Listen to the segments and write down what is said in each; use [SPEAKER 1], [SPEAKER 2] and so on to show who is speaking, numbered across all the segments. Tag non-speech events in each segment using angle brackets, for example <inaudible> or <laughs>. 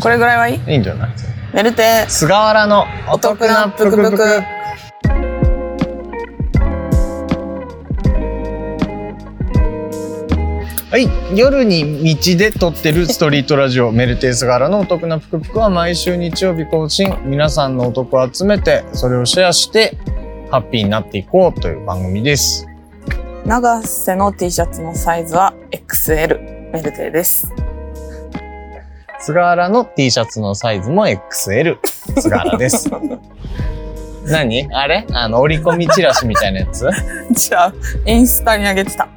[SPEAKER 1] これぐらいはいい
[SPEAKER 2] いいんじゃない
[SPEAKER 1] メルテ
[SPEAKER 2] 菅原のお
[SPEAKER 1] お
[SPEAKER 2] 得
[SPEAKER 1] 得
[SPEAKER 2] な
[SPEAKER 1] な
[SPEAKER 2] ぷ
[SPEAKER 1] ぷく
[SPEAKER 2] くぷ
[SPEAKER 1] ぷ
[SPEAKER 2] く
[SPEAKER 1] く
[SPEAKER 2] はい夜に道で撮ってるストリートラ
[SPEAKER 1] <laughs>
[SPEAKER 2] ジオメルテイス柄のお得なぷくぷくは毎週日曜日更新皆さんのお得を集めてそれをシェアしてハッピーになっていこうという番組です
[SPEAKER 1] 長瀬の T シャツのサイズは XL メルテです <laughs>
[SPEAKER 2] 菅原の T シャツのサイズも XL 菅原です
[SPEAKER 1] <laughs>
[SPEAKER 2] 何あれあの折り込みチラシみたいなや
[SPEAKER 1] <laughs>
[SPEAKER 2] つ
[SPEAKER 1] じゃあインスタにあげてた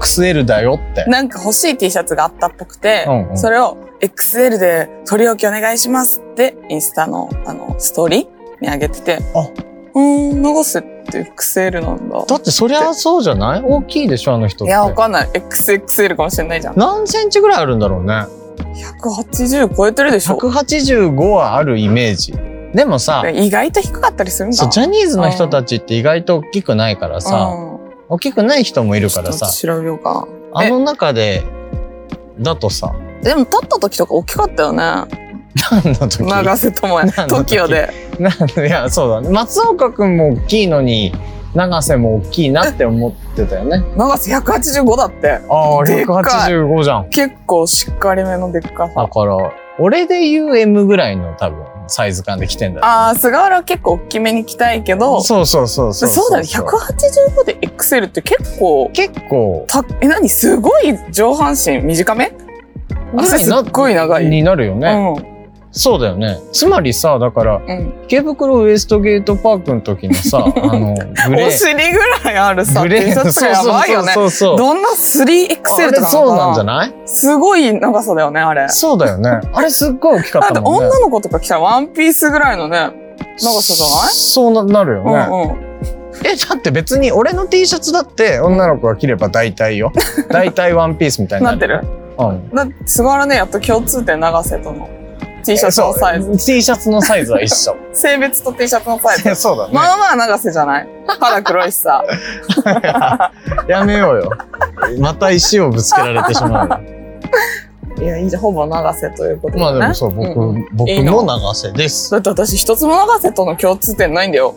[SPEAKER 2] XL だよって
[SPEAKER 1] なんか欲しい T シャツがあったっぽくて、
[SPEAKER 2] うんうん
[SPEAKER 1] それを XL で取り置きお願いしますってインスタのあのストーリーにあげてて
[SPEAKER 2] あ
[SPEAKER 1] うーん長瀬って XL なんだ
[SPEAKER 2] だってそりゃそうじゃない大きいでしょあの人
[SPEAKER 1] い
[SPEAKER 2] って
[SPEAKER 1] やわかんない XXL かもしれないじゃん
[SPEAKER 2] 何センチぐらいあるんだろうね
[SPEAKER 1] 180超えてるでしょ
[SPEAKER 2] 185はあるイメージでもさ
[SPEAKER 1] 意外と低かったりするんだ
[SPEAKER 2] そうジャニーズの人たちって意外と大きくないからさ、
[SPEAKER 1] うん
[SPEAKER 2] 大きくない人もいるからさ
[SPEAKER 1] ちょっと調べようか
[SPEAKER 2] あの中でだとさ
[SPEAKER 1] でも立った時とか大きかったよね
[SPEAKER 2] 何の時
[SPEAKER 1] 長瀬智也
[SPEAKER 2] なんだ
[SPEAKER 1] TOKIO で
[SPEAKER 2] <laughs> なんいやそうだね松岡君も大きいのに永瀬も大きいなって思ってた
[SPEAKER 1] <laughs>
[SPEAKER 2] よね
[SPEAKER 1] 長瀬185だって
[SPEAKER 2] ああ
[SPEAKER 1] でっかい
[SPEAKER 2] 185じゃん
[SPEAKER 1] 結構しっかりめのでっか
[SPEAKER 2] だ
[SPEAKER 1] さ
[SPEAKER 2] から俺で言う M ぐらいの多分サイズ感で来てんだよ、
[SPEAKER 1] ああ菅原は結構大きめに着たいけど
[SPEAKER 2] そうそうそうそう
[SPEAKER 1] そうだね185で XL って結構
[SPEAKER 2] 結構
[SPEAKER 1] たえ何すごい上半身短め汗すっごい長い、
[SPEAKER 2] になるよね、そうだよねつまりさだから
[SPEAKER 1] うん、うん、
[SPEAKER 2] 池袋ウエストゲートパークの時の
[SPEAKER 1] <laughs>
[SPEAKER 2] さあのグレ
[SPEAKER 1] お
[SPEAKER 2] ー
[SPEAKER 1] 尻ぐらいあるさ
[SPEAKER 2] グ
[SPEAKER 1] T
[SPEAKER 2] レ
[SPEAKER 1] シ
[SPEAKER 2] ー
[SPEAKER 1] ャ
[SPEAKER 2] の
[SPEAKER 1] ツがやばいよね
[SPEAKER 2] そうそうそうそう
[SPEAKER 1] どんな 3XL と
[SPEAKER 2] あ
[SPEAKER 1] かなの
[SPEAKER 2] れ
[SPEAKER 1] かな
[SPEAKER 2] そうなんじゃない
[SPEAKER 1] すごい長さだよね、あれ。
[SPEAKER 2] そうだよねあれすっごい大きか
[SPEAKER 1] だっ
[SPEAKER 2] っ
[SPEAKER 1] て
[SPEAKER 2] たもんね
[SPEAKER 1] 女の子とか着たらワンピースぐらいのね。長さじゃない
[SPEAKER 2] そうななるよ
[SPEAKER 1] う
[SPEAKER 2] ね、
[SPEAKER 1] んうん。
[SPEAKER 2] えだって別に俺の T シャツだって女の子が着れば大
[SPEAKER 1] <laughs>
[SPEAKER 2] 体よ大体ワンピースみたいに
[SPEAKER 1] な
[SPEAKER 2] な
[SPEAKER 1] って
[SPEAKER 2] る
[SPEAKER 1] る
[SPEAKER 2] うん
[SPEAKER 1] だって、菅原ね、やっと共通点長瀬との T シャツのサイズ。
[SPEAKER 2] そう T シャツのサイズは一緒
[SPEAKER 1] 性別と T シャツのサイズ。
[SPEAKER 2] <laughs> そうだね、
[SPEAKER 1] まあまあ長瀬じゃない肌黒いしさ。
[SPEAKER 2] やめようよまた石をぶつけられてしまうよ
[SPEAKER 1] <laughs> いや、いいじゃん。ほぼ長瀬ということ
[SPEAKER 2] ま
[SPEAKER 1] だ
[SPEAKER 2] あ
[SPEAKER 1] ね。
[SPEAKER 2] でもそう、僕、
[SPEAKER 1] うん
[SPEAKER 2] 僕
[SPEAKER 1] いい
[SPEAKER 2] も
[SPEAKER 1] の
[SPEAKER 2] 長瀬です。
[SPEAKER 1] だって私一つも長瀬との共通点ないんだよ。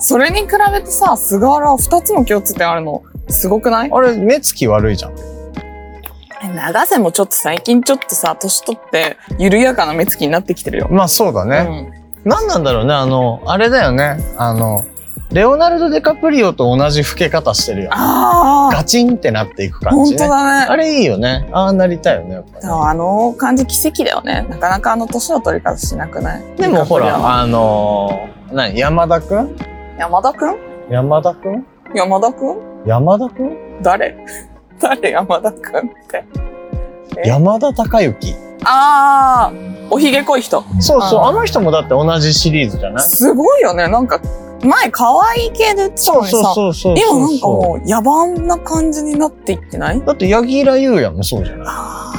[SPEAKER 1] それに比べてさ、菅原は二つも共通点あるの、すごくない
[SPEAKER 2] あれ、目つき悪いじゃん。
[SPEAKER 1] 長瀬もちょっと最近ちょっとさ、年取って緩やかな目つきになってきてるよ。
[SPEAKER 2] まあそうだね。何なんだろうね、あの、あれだよね。あの、レオナルド・デカプリオと同じ老け方してるよ
[SPEAKER 1] うん、。あ
[SPEAKER 2] ガチンってなっていく
[SPEAKER 1] あ、
[SPEAKER 2] 感
[SPEAKER 1] 本
[SPEAKER 2] じ
[SPEAKER 1] 当
[SPEAKER 2] ね。
[SPEAKER 1] だね。
[SPEAKER 2] あれいいよね。ああなりたいよね、やっぱ
[SPEAKER 1] でもあの感じ奇跡だよね。なかなかあの年の取り方しなくない
[SPEAKER 2] でもほ、
[SPEAKER 1] デカプリオの
[SPEAKER 2] ら、あのー、何山田くん
[SPEAKER 1] 山田くん
[SPEAKER 2] 山田くん
[SPEAKER 1] 山田くん
[SPEAKER 2] 山田くん
[SPEAKER 1] 誰 <laughs> 誰山田くんって。え
[SPEAKER 2] 山田孝之。
[SPEAKER 1] ああ、おひげ濃い人。
[SPEAKER 2] そうそう、
[SPEAKER 1] あー
[SPEAKER 2] あの人もだって同じシリーズじゃない
[SPEAKER 1] すごいよね。なんか、前可愛い系で言ってたの
[SPEAKER 2] そう
[SPEAKER 1] に
[SPEAKER 2] そう
[SPEAKER 1] さ、
[SPEAKER 2] そうそうそう。
[SPEAKER 1] 今なんかもう野蛮な感じになっていってない
[SPEAKER 2] だって、柳楽優弥もそうじゃない
[SPEAKER 1] あ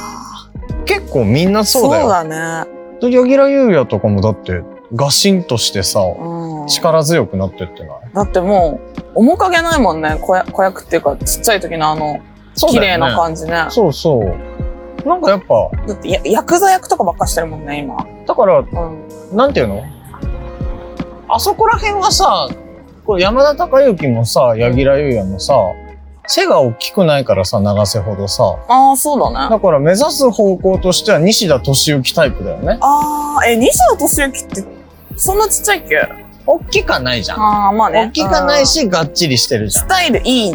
[SPEAKER 2] 結構みんな
[SPEAKER 1] あ、
[SPEAKER 2] そうだよ。
[SPEAKER 1] そうだね。
[SPEAKER 2] 柳楽優弥とかもだって、ガシンとしてさ、
[SPEAKER 1] うん
[SPEAKER 2] 力強くなってってない
[SPEAKER 1] だってもう面影ないもんね子役子役っていうかちっちゃい時のあの綺麗な感じねだ
[SPEAKER 2] そうそう。なんかやっぱ、
[SPEAKER 1] ってや薬剤役とかばっかしてるもんね今、
[SPEAKER 2] だから、
[SPEAKER 1] うん、
[SPEAKER 2] なんていうのあそこら辺はさ、これ山田孝之もさ、柳楽優弥もさ、背が大きくないからさ、長瀬ほどさ。
[SPEAKER 1] ああそうだね
[SPEAKER 2] だから目指す方向としては西田敏行タイプだよね。
[SPEAKER 1] ああえ西田敏行ってそんなちっちゃいっけ
[SPEAKER 2] 大きかないじゃん。
[SPEAKER 1] ああまあね
[SPEAKER 2] 大きかない
[SPEAKER 1] うん
[SPEAKER 2] し、がっちりしてるじゃ
[SPEAKER 1] スタイルいい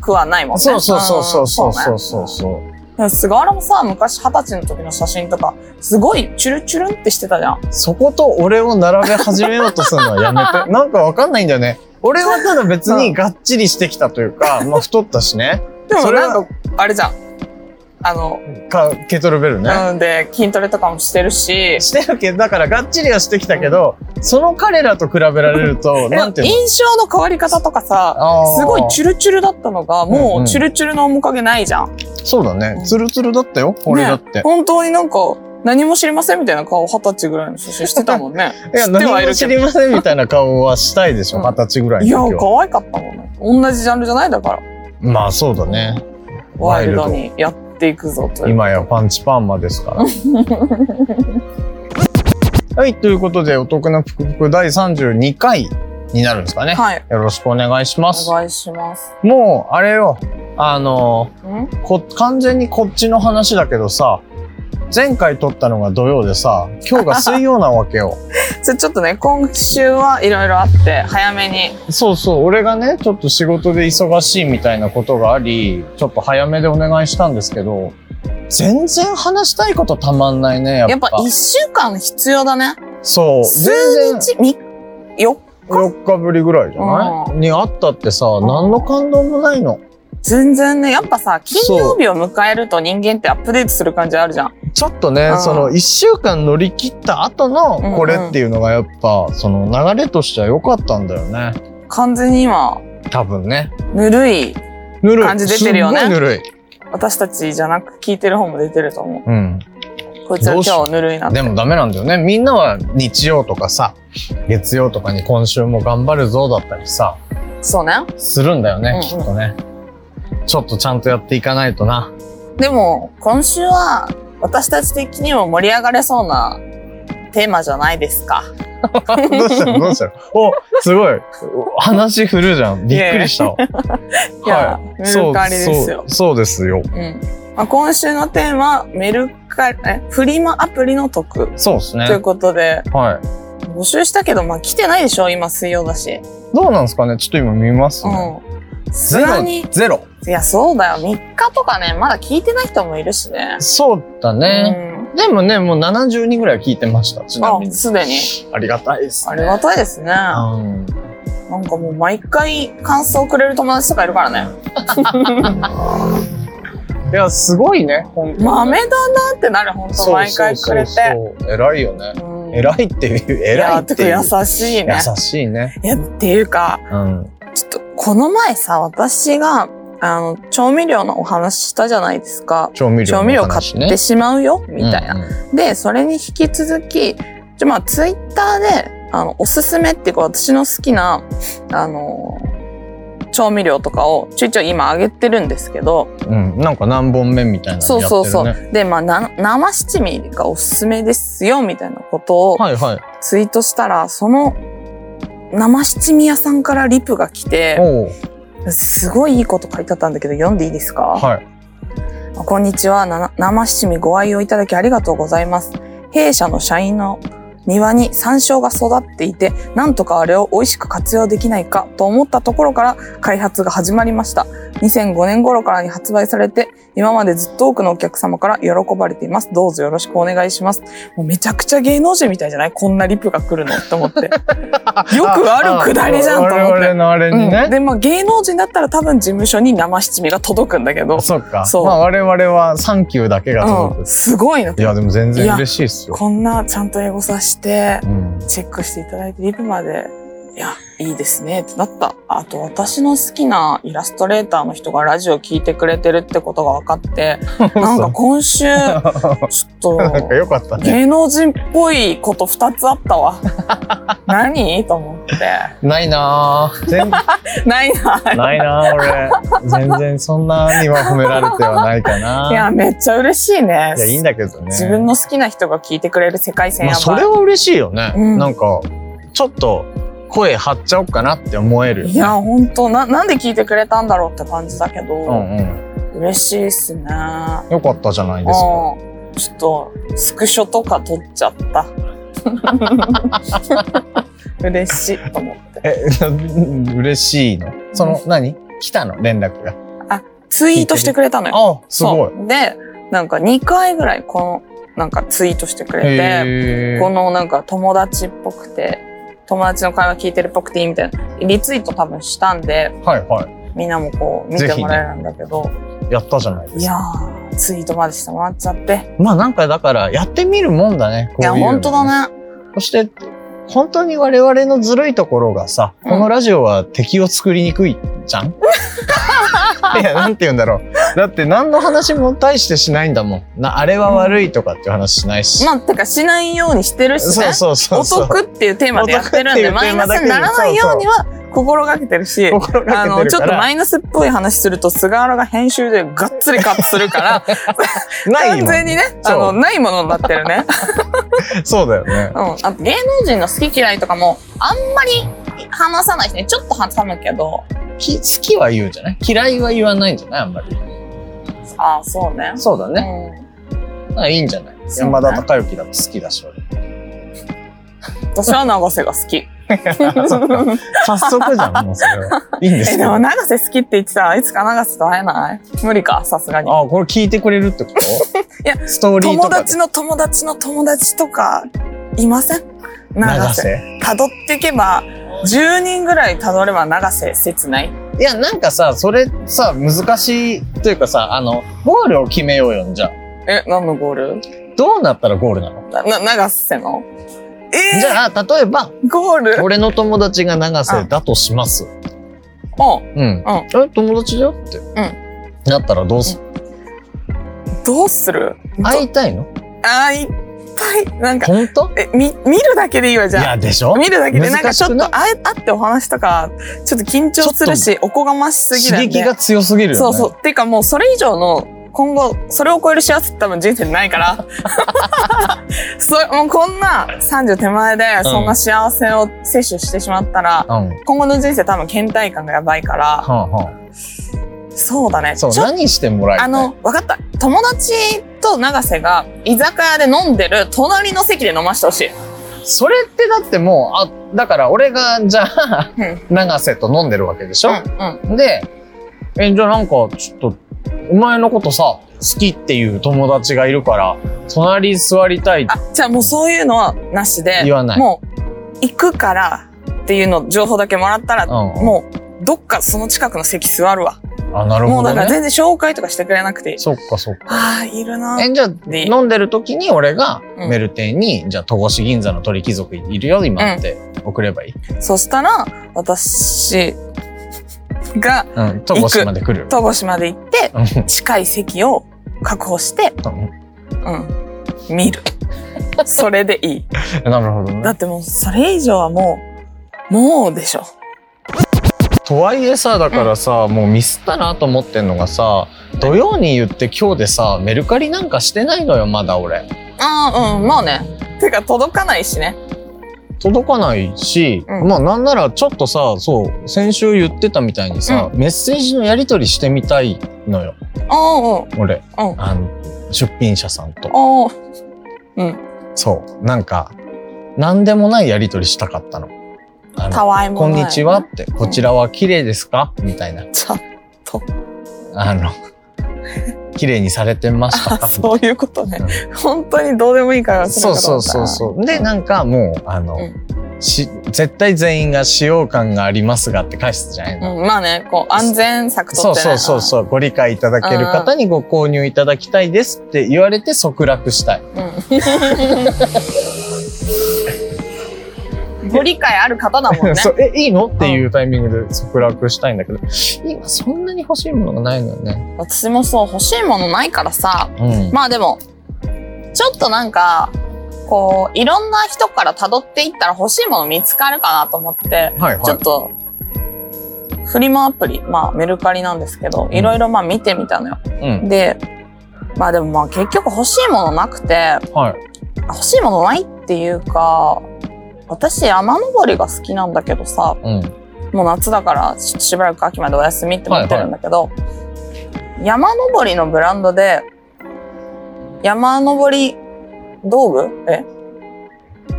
[SPEAKER 1] くはないもん
[SPEAKER 2] ん。
[SPEAKER 1] ね
[SPEAKER 2] そうそうそうそうそうそうそ
[SPEAKER 1] そ
[SPEAKER 2] うそう。
[SPEAKER 1] うね菅原もさ昔二十歳の時の写真とかすごいチュルチュルンってしてたじゃん
[SPEAKER 2] そこと俺を並べ始めようとするのはやめ
[SPEAKER 1] <laughs>
[SPEAKER 2] て。なんかわかんないんだよね。俺はただ別にがっちりしてきたとい
[SPEAKER 1] <laughs>
[SPEAKER 2] うか、まあ太ったしね。
[SPEAKER 1] でも
[SPEAKER 2] それは
[SPEAKER 1] なんかあれじゃんあの、
[SPEAKER 2] か、ケトルベルね。
[SPEAKER 1] うんで筋トレとかもしてるし
[SPEAKER 2] してるけど、だからがっちりはしてきたけど、その彼らと比べられると、なんていうの
[SPEAKER 1] 印象の変わり方とかさ
[SPEAKER 2] あー
[SPEAKER 1] すごいチュルチュルだったのが
[SPEAKER 2] うん
[SPEAKER 1] も
[SPEAKER 2] うん
[SPEAKER 1] うチュルチュルの面影ないじゃん、
[SPEAKER 2] そうだね。ツルツルだったよ。俺だって。
[SPEAKER 1] 本当になんか何も知りませんみたいな顔二十歳ぐらいの写真してたもん
[SPEAKER 2] <laughs>
[SPEAKER 1] ね
[SPEAKER 2] いや、
[SPEAKER 1] 知ってはい
[SPEAKER 2] 何も
[SPEAKER 1] る
[SPEAKER 2] 知
[SPEAKER 1] け
[SPEAKER 2] りませんみたいな顔はしたいでしょ。
[SPEAKER 1] うん
[SPEAKER 2] 二十歳ぐら
[SPEAKER 1] ど
[SPEAKER 2] い
[SPEAKER 1] いや
[SPEAKER 2] の時は。
[SPEAKER 1] 可愛かったもんね同じジャンルじゃないだから
[SPEAKER 2] まあそうだね。
[SPEAKER 1] ワイルド
[SPEAKER 2] ワイ
[SPEAKER 1] にやっっていくぞという。
[SPEAKER 2] 今やパンチパンマで
[SPEAKER 1] <laughs>
[SPEAKER 2] すから。はい、ということで、お得なぷくぷく第32回になるんですかね。
[SPEAKER 1] はい。
[SPEAKER 2] よろしくお願いします
[SPEAKER 1] お。願いします。
[SPEAKER 2] もう、あれよ、あの
[SPEAKER 1] ん
[SPEAKER 2] ーこ、完全にこっちの話だけどさ、前回撮ったのが土曜でさ、今日が水曜なわ
[SPEAKER 1] <laughs>
[SPEAKER 2] けよ。
[SPEAKER 1] それちょっとね、今週はいろいろあって、早めに。
[SPEAKER 2] そうそう、俺がね、ちょっと仕事で忙しいみたいなことがあり、ちょっと早めでお願いしたんですけど、全然話したいことたまんないね、やっぱ。
[SPEAKER 1] やっぱ一週間必要だね。
[SPEAKER 2] そう。
[SPEAKER 1] 数
[SPEAKER 2] 全然
[SPEAKER 1] 日、み、よ、
[SPEAKER 2] 4日ぶりぐらいじゃない、に会ったってさ、
[SPEAKER 1] ん
[SPEAKER 2] 何の感動もないの。
[SPEAKER 1] 全然ね、やっぱさ、金曜日を迎えると人間ってアップデートする感じあるじゃん。
[SPEAKER 2] ちょっとね
[SPEAKER 1] う、ん
[SPEAKER 2] その1週間乗り切った後
[SPEAKER 1] うんう
[SPEAKER 2] の
[SPEAKER 1] ん
[SPEAKER 2] これっていうのがやっぱ、その流れとしては良かったんだよね。
[SPEAKER 1] 完全に今、
[SPEAKER 2] 多分ね。
[SPEAKER 1] ぬるい、
[SPEAKER 2] ぬるい。
[SPEAKER 1] 感じ出てるよね
[SPEAKER 2] すっごいぬるい。
[SPEAKER 1] 私たちじゃなく聞いてる方も出てると思
[SPEAKER 2] うん。
[SPEAKER 1] う。こいつは今日ぬるいなって。
[SPEAKER 2] でもダメなんだよね。みんなは日曜とかさ、月曜とかに今週も頑張るぞだったりさ、
[SPEAKER 1] そうね。
[SPEAKER 2] するんだよね、
[SPEAKER 1] うんうん
[SPEAKER 2] きっとね。ちょっとちゃんとやっていかないとな。
[SPEAKER 1] でも、今週は私たち的にも盛り上がれそうなテーマじゃないですか。
[SPEAKER 2] どうしたのどうしたのお、すごい。話振るじゃん。びっくりしたわ。
[SPEAKER 1] <laughs> いやメルカリですよ
[SPEAKER 2] そう、そうですよ。
[SPEAKER 1] うん。まあ、今週のテーマはメルカリ、え、フリマアプリの得
[SPEAKER 2] そうです
[SPEAKER 1] という
[SPEAKER 2] ね。
[SPEAKER 1] ことで、
[SPEAKER 2] はい。
[SPEAKER 1] 募集したけど、まあ来てないでしょ今水曜だし。
[SPEAKER 2] どうなんですかねちょっと今見ますね。
[SPEAKER 1] うん。さ
[SPEAKER 2] ゼ
[SPEAKER 1] ら
[SPEAKER 2] ロ
[SPEAKER 1] に、い、
[SPEAKER 2] ゼロ。
[SPEAKER 1] や、そうだよ。3日とかね、まだ聞いてない人もいるしね。
[SPEAKER 2] そうだね。でもね、もう70人ぐらい聞いてました。ち
[SPEAKER 1] うん。
[SPEAKER 2] なみ
[SPEAKER 1] あ、
[SPEAKER 2] に。
[SPEAKER 1] すでに。
[SPEAKER 2] ありがたいです、ね。
[SPEAKER 1] ありがたいですね。な
[SPEAKER 2] うん
[SPEAKER 1] んかもう毎回感想くれる友達とかいるからね。
[SPEAKER 2] いや、すごいね。本当に
[SPEAKER 1] 豆だなってなる、ほんと。毎回くれて。
[SPEAKER 2] そうそうそうそう偉いよね。
[SPEAKER 1] うん
[SPEAKER 2] 偉いっていう、偉いっていう。
[SPEAKER 1] やてか優しいね。
[SPEAKER 2] 優しいね。
[SPEAKER 1] いや、っていうか、
[SPEAKER 2] うん。
[SPEAKER 1] ちょっと、この前さ、私が、あの、調味料のお話したじゃないですか。
[SPEAKER 2] 調味料
[SPEAKER 1] 調味料買ってしまうよ、みたいな。
[SPEAKER 2] な。
[SPEAKER 1] で、それに引き続き、ちょまあ、ツイッターで、あの、おすすめっていうか、私の好きな、あの、調味料とかをちょいちょい今あげてるんですけど、
[SPEAKER 2] うん。なんか何本目みたいなのやって
[SPEAKER 1] そ
[SPEAKER 2] る
[SPEAKER 1] う
[SPEAKER 2] ね。
[SPEAKER 1] そうそう。で、まあ、な生七味がおすすめですよ、みたいなことを、
[SPEAKER 2] はいはい。
[SPEAKER 1] ツイートしたら、その生七味屋さんからリプが来て、
[SPEAKER 2] おう
[SPEAKER 1] すごいいいこと書いてあったんだけど、読んでいいですか、
[SPEAKER 2] はい。
[SPEAKER 1] こんにちは。な生七味ご愛用いただきありがとうございます。弊社の社員の庭に山椒が育っていて、なんとかあれを美味しく活用できないかと思ったところから開発が始まりました。2005年頃からに発売されて、今までずっと多くのお客様から喜ばれています。どうぞよろしくお願いします。もうめちゃくちゃ芸能人みたいじゃないこんなリプが来るのって思って。よくあるくだりじゃんと思って
[SPEAKER 2] 我々のあれに
[SPEAKER 1] うん、
[SPEAKER 2] ね。
[SPEAKER 1] で、まあ芸能人だったら多分事務所に生七味が届くんだけど。
[SPEAKER 2] そっか。
[SPEAKER 1] そう
[SPEAKER 2] まあ我々はサンキューだけが
[SPEAKER 1] う
[SPEAKER 2] 届
[SPEAKER 1] ん、すごいな
[SPEAKER 2] く。いや、でも全然嬉しいっすよ。
[SPEAKER 1] こんなちゃんと英語さして、
[SPEAKER 2] うん。
[SPEAKER 1] <laughs> チェックしていただいて、リプまで、いや、いいですね、ってなった。あと、私の好きなイラストレーターの人がラジオ聞いてくれてるってことが分かって、なんか今週、ちょっ
[SPEAKER 2] なんか
[SPEAKER 1] と、
[SPEAKER 2] よかったね。
[SPEAKER 1] 芸能人っぽいこと2つあった
[SPEAKER 2] <laughs>
[SPEAKER 1] わ。何と思って。
[SPEAKER 2] ないなぁ。全
[SPEAKER 1] ないな。
[SPEAKER 2] ないなぁ、俺。全然そんなには褒められてはないかな。
[SPEAKER 1] いや、めっちゃ嬉しいね。
[SPEAKER 2] いや、いいんだけどね。
[SPEAKER 1] 自分の好きな人が聞いてくれる世界線
[SPEAKER 2] ま
[SPEAKER 1] や
[SPEAKER 2] あ、
[SPEAKER 1] ばい。
[SPEAKER 2] それは嬉しいよね。
[SPEAKER 1] うん
[SPEAKER 2] なんか、ちょっと声張っちゃおうかなって思えるよね。
[SPEAKER 1] いや、ほんと、な、なんで聞いてくれたんだろうって感じだけど、
[SPEAKER 2] うんうん。
[SPEAKER 1] 嬉しいっすね。
[SPEAKER 2] よかったじゃない
[SPEAKER 1] うん
[SPEAKER 2] ですか。
[SPEAKER 1] ちょっと、スクショとか撮っちゃった。 <laughs> 嬉しいと思って。
[SPEAKER 2] え、 <laughs> 嬉しいのその、何来たの連絡が。
[SPEAKER 1] ツイートしてくれたのよ。
[SPEAKER 2] あ、すごい。
[SPEAKER 1] そうで、なんか2回ぐらいこの、なんかツイートしてくれて、
[SPEAKER 2] へ
[SPEAKER 1] こ
[SPEAKER 2] ー
[SPEAKER 1] のなんか友達っぽくて、友達の会話聞いてるっぽくていいみたいな、リツイート多分したんで、
[SPEAKER 2] はいは
[SPEAKER 1] みんなもこう見てもらえるんだけど、
[SPEAKER 2] い。やったじゃないで
[SPEAKER 1] い
[SPEAKER 2] す
[SPEAKER 1] や
[SPEAKER 2] か。
[SPEAKER 1] ー、ツイートまでしてもらっちゃって。
[SPEAKER 2] まあなんかだから、やってみるもんだね。こ
[SPEAKER 1] いう
[SPEAKER 2] いう
[SPEAKER 1] や、
[SPEAKER 2] の
[SPEAKER 1] ほんとだね。
[SPEAKER 2] そして、本当に我々のずるいところがさ、
[SPEAKER 1] うん
[SPEAKER 2] このラジオは敵を作りにくい
[SPEAKER 1] <laughs>
[SPEAKER 2] じゃんいや、なんて言うんだろう。だって何の話も大してしないんだもん。な、あれは悪いとかっていう話しないし。
[SPEAKER 1] まあ、てかしないようにしてるしね。
[SPEAKER 2] そうそうそうそう。
[SPEAKER 1] お得っていうテーマでやってるんで、
[SPEAKER 2] お得っ
[SPEAKER 1] マ
[SPEAKER 2] ていうテ
[SPEAKER 1] イ
[SPEAKER 2] ーマ
[SPEAKER 1] ナス
[SPEAKER 2] だけ
[SPEAKER 1] に
[SPEAKER 2] で
[SPEAKER 1] ならないようには心がけてるし、
[SPEAKER 2] 心が
[SPEAKER 1] あ
[SPEAKER 2] けて
[SPEAKER 1] の、
[SPEAKER 2] る
[SPEAKER 1] ちょ
[SPEAKER 2] か
[SPEAKER 1] っと
[SPEAKER 2] ら。
[SPEAKER 1] マイナスっぽい話すると、菅原が編集でがっつりカットするから、
[SPEAKER 2] <laughs> ない
[SPEAKER 1] 完
[SPEAKER 2] も
[SPEAKER 1] 全にね、あ
[SPEAKER 2] そ
[SPEAKER 1] の、
[SPEAKER 2] う
[SPEAKER 1] ないものになってるね。
[SPEAKER 2] ん。そうだよね。
[SPEAKER 1] うん。あと芸能人の好き嫌いとかも、あんまり話さないしね、ちょっと挟むけど、
[SPEAKER 2] き好きは言うんじゃない嫌いは言わないんじゃないあんまり。
[SPEAKER 1] ああ、そうね。
[SPEAKER 2] そうだね。
[SPEAKER 1] う
[SPEAKER 2] まあいいんじゃない
[SPEAKER 1] そうね
[SPEAKER 2] 山田孝之だって好きだし、
[SPEAKER 1] <laughs>
[SPEAKER 2] 俺。
[SPEAKER 1] ん。私は永瀬が
[SPEAKER 2] <laughs>
[SPEAKER 1] 好き。
[SPEAKER 2] そっか早速じゃん、もうそれは。いいんです
[SPEAKER 1] え、
[SPEAKER 2] け
[SPEAKER 1] で
[SPEAKER 2] ど。
[SPEAKER 1] も
[SPEAKER 2] あ、
[SPEAKER 1] 永瀬好きって言ってたらいつか永瀬と会えない無理か、さすがに。
[SPEAKER 2] これ聞いてくれるってこ
[SPEAKER 1] <laughs> い
[SPEAKER 2] と
[SPEAKER 1] や
[SPEAKER 2] ストーリーと
[SPEAKER 1] 友
[SPEAKER 2] かで。
[SPEAKER 1] 達の友達の友達とか、いません永
[SPEAKER 2] 永
[SPEAKER 1] 瀬。
[SPEAKER 2] 瀬。
[SPEAKER 1] 辿っていけば、10人ぐらい辿れば永瀬切ない。
[SPEAKER 2] いや、なんかさ、それさ、難しいというかさ、あの、ゴールを決めようよ、じゃあ。
[SPEAKER 1] え、何のゴール
[SPEAKER 2] どうなったらゴールなの
[SPEAKER 1] な、な、永瀬の
[SPEAKER 2] じ
[SPEAKER 1] え
[SPEAKER 2] ゃあ、例えば、
[SPEAKER 1] ー、ゴールうん。
[SPEAKER 2] 俺の友達が永瀬だとします。うん。え、友達だよって。うん。なったらどうする
[SPEAKER 1] どうする
[SPEAKER 2] 会いたいの
[SPEAKER 1] あー、いっぱい。なんか、
[SPEAKER 2] 本当
[SPEAKER 1] え、み、見るだけでいいわ、
[SPEAKER 2] い
[SPEAKER 1] じゃあ。
[SPEAKER 2] や、でしょ
[SPEAKER 1] 見るだけで、なんか
[SPEAKER 2] 難
[SPEAKER 1] ち
[SPEAKER 2] し
[SPEAKER 1] ょ
[SPEAKER 2] く
[SPEAKER 1] っ
[SPEAKER 2] ない
[SPEAKER 1] と、あえ、会ってお話とか、ちょっと緊張するし、おこがましすぎる
[SPEAKER 2] 刺
[SPEAKER 1] んで。
[SPEAKER 2] 激が強すぎるよね。
[SPEAKER 1] そうそう。てかもう、それ以上の、今後、それを超える幸せって多分人生にないから。 <laughs> そもうこんな30手前で、そんな幸せを摂取してしまったら、
[SPEAKER 2] うん。は
[SPEAKER 1] 今後の人生多分倦怠感がやばいから、
[SPEAKER 2] あ、は
[SPEAKER 1] そうだね。
[SPEAKER 2] あ、そう、
[SPEAKER 1] ちょっと
[SPEAKER 2] 何してもらいたい
[SPEAKER 1] あの、わかった。友達と永瀬が居酒屋で飲んでる隣の席で飲ましてほしい。
[SPEAKER 2] それってだってもう、あ、だから俺が、じゃあ、 <laughs>
[SPEAKER 1] うん
[SPEAKER 2] 永瀬と飲んでるわけでしょ、
[SPEAKER 1] うんうん。
[SPEAKER 2] で、え、じゃあなんか、ちょっと、お前のことさ、好きっていう友達がいるから、隣座りたいって
[SPEAKER 1] あ、じゃあもうそういうのはなしで、
[SPEAKER 2] 言わない
[SPEAKER 1] もう、行くからっていうの、情報だけもらったら、
[SPEAKER 2] うんうん
[SPEAKER 1] もう、どっかその近くの席座るわ。
[SPEAKER 2] あ、なる
[SPEAKER 1] も
[SPEAKER 2] ほ
[SPEAKER 1] うだ
[SPEAKER 2] ど
[SPEAKER 1] から
[SPEAKER 2] ね。
[SPEAKER 1] 全然紹介とかしてくれなくていい。
[SPEAKER 2] そっかそっか。
[SPEAKER 1] ああ、いるな
[SPEAKER 2] え、じゃあ、
[SPEAKER 1] で
[SPEAKER 2] 飲んでる時に俺が
[SPEAKER 1] うん
[SPEAKER 2] メルテンに、じゃあ、戸越銀座の鳥貴族いるよ、今って送ればいい。
[SPEAKER 1] そしたら、私が、
[SPEAKER 2] うん、戸越まで来る。
[SPEAKER 1] 戸越まで行って、
[SPEAKER 2] うん <laughs>
[SPEAKER 1] 近い席を確保して、うん、見る。それでいい。
[SPEAKER 2] うんなるほど
[SPEAKER 1] だ
[SPEAKER 2] ね。
[SPEAKER 1] ってもう、それ以上はもう、もうでしょ。
[SPEAKER 2] とはいえさ、だからさ、もうミスったなと思ってんのがさ、土曜に言って今日でさ、メルカリなんかしてないのよ、まだ俺。
[SPEAKER 1] ああ、うん、まあね。てか、届かないしね。
[SPEAKER 2] 届かないし、
[SPEAKER 1] うん
[SPEAKER 2] まあなんならちょっとさそう先週言ってたみたいにさ、メッセージのやり取りしてみたいのよ
[SPEAKER 1] ああ、うん。
[SPEAKER 2] 俺
[SPEAKER 1] うん。
[SPEAKER 2] あの出品者さんと
[SPEAKER 1] おお、
[SPEAKER 2] そうなんか何でもないやり取りしたかったの。あの
[SPEAKER 1] たわいも
[SPEAKER 2] こん
[SPEAKER 1] ない。
[SPEAKER 2] にちはっ。て、こちらは綺麗ですかみたいな。
[SPEAKER 1] ちゃ <laughs>
[SPEAKER 2] あの、綺麗にされてました
[SPEAKER 1] あ、
[SPEAKER 2] か
[SPEAKER 1] そういうことね。本当にどうでもいいから
[SPEAKER 2] そうそうそうそう。で、なんかもう、あの、
[SPEAKER 1] う
[SPEAKER 2] し、絶対全員が使用感がありますがって返すじゃないの。
[SPEAKER 1] うん、まあね、こう、安全策と
[SPEAKER 2] そう
[SPEAKER 1] って、ね。
[SPEAKER 2] そうそうそう、ご理解いただける方にご購入いただきたいですって言われて即落したい。
[SPEAKER 1] うん。ご理解ある方だもんね。
[SPEAKER 2] <laughs> そうえ、いいのっていうタイミングで即落したいんだけど、今そんなに欲しいものがないのよね。
[SPEAKER 1] 私もそう、欲しいものないからさ。
[SPEAKER 2] うん。
[SPEAKER 1] まあでも、ちょっとなんか、こう、いろんな人から辿っていったら欲しいもの見つかるかなと思って、
[SPEAKER 2] はい
[SPEAKER 1] ちょ
[SPEAKER 2] は
[SPEAKER 1] っと、フリマアプリ、まあメルカリなんですけど、
[SPEAKER 2] ん
[SPEAKER 1] いろいろまあ見てみたのよ。
[SPEAKER 2] い。うん。
[SPEAKER 1] で、まあでもまあ結局欲しいものなくて、
[SPEAKER 2] はい。
[SPEAKER 1] 欲しいものないっていうか、私山登りが好きなんだけどさ、
[SPEAKER 2] うん。
[SPEAKER 1] もう夏だからししばらく秋までお休みって思ってるんだけど、山登りのブランドで、山登り道具え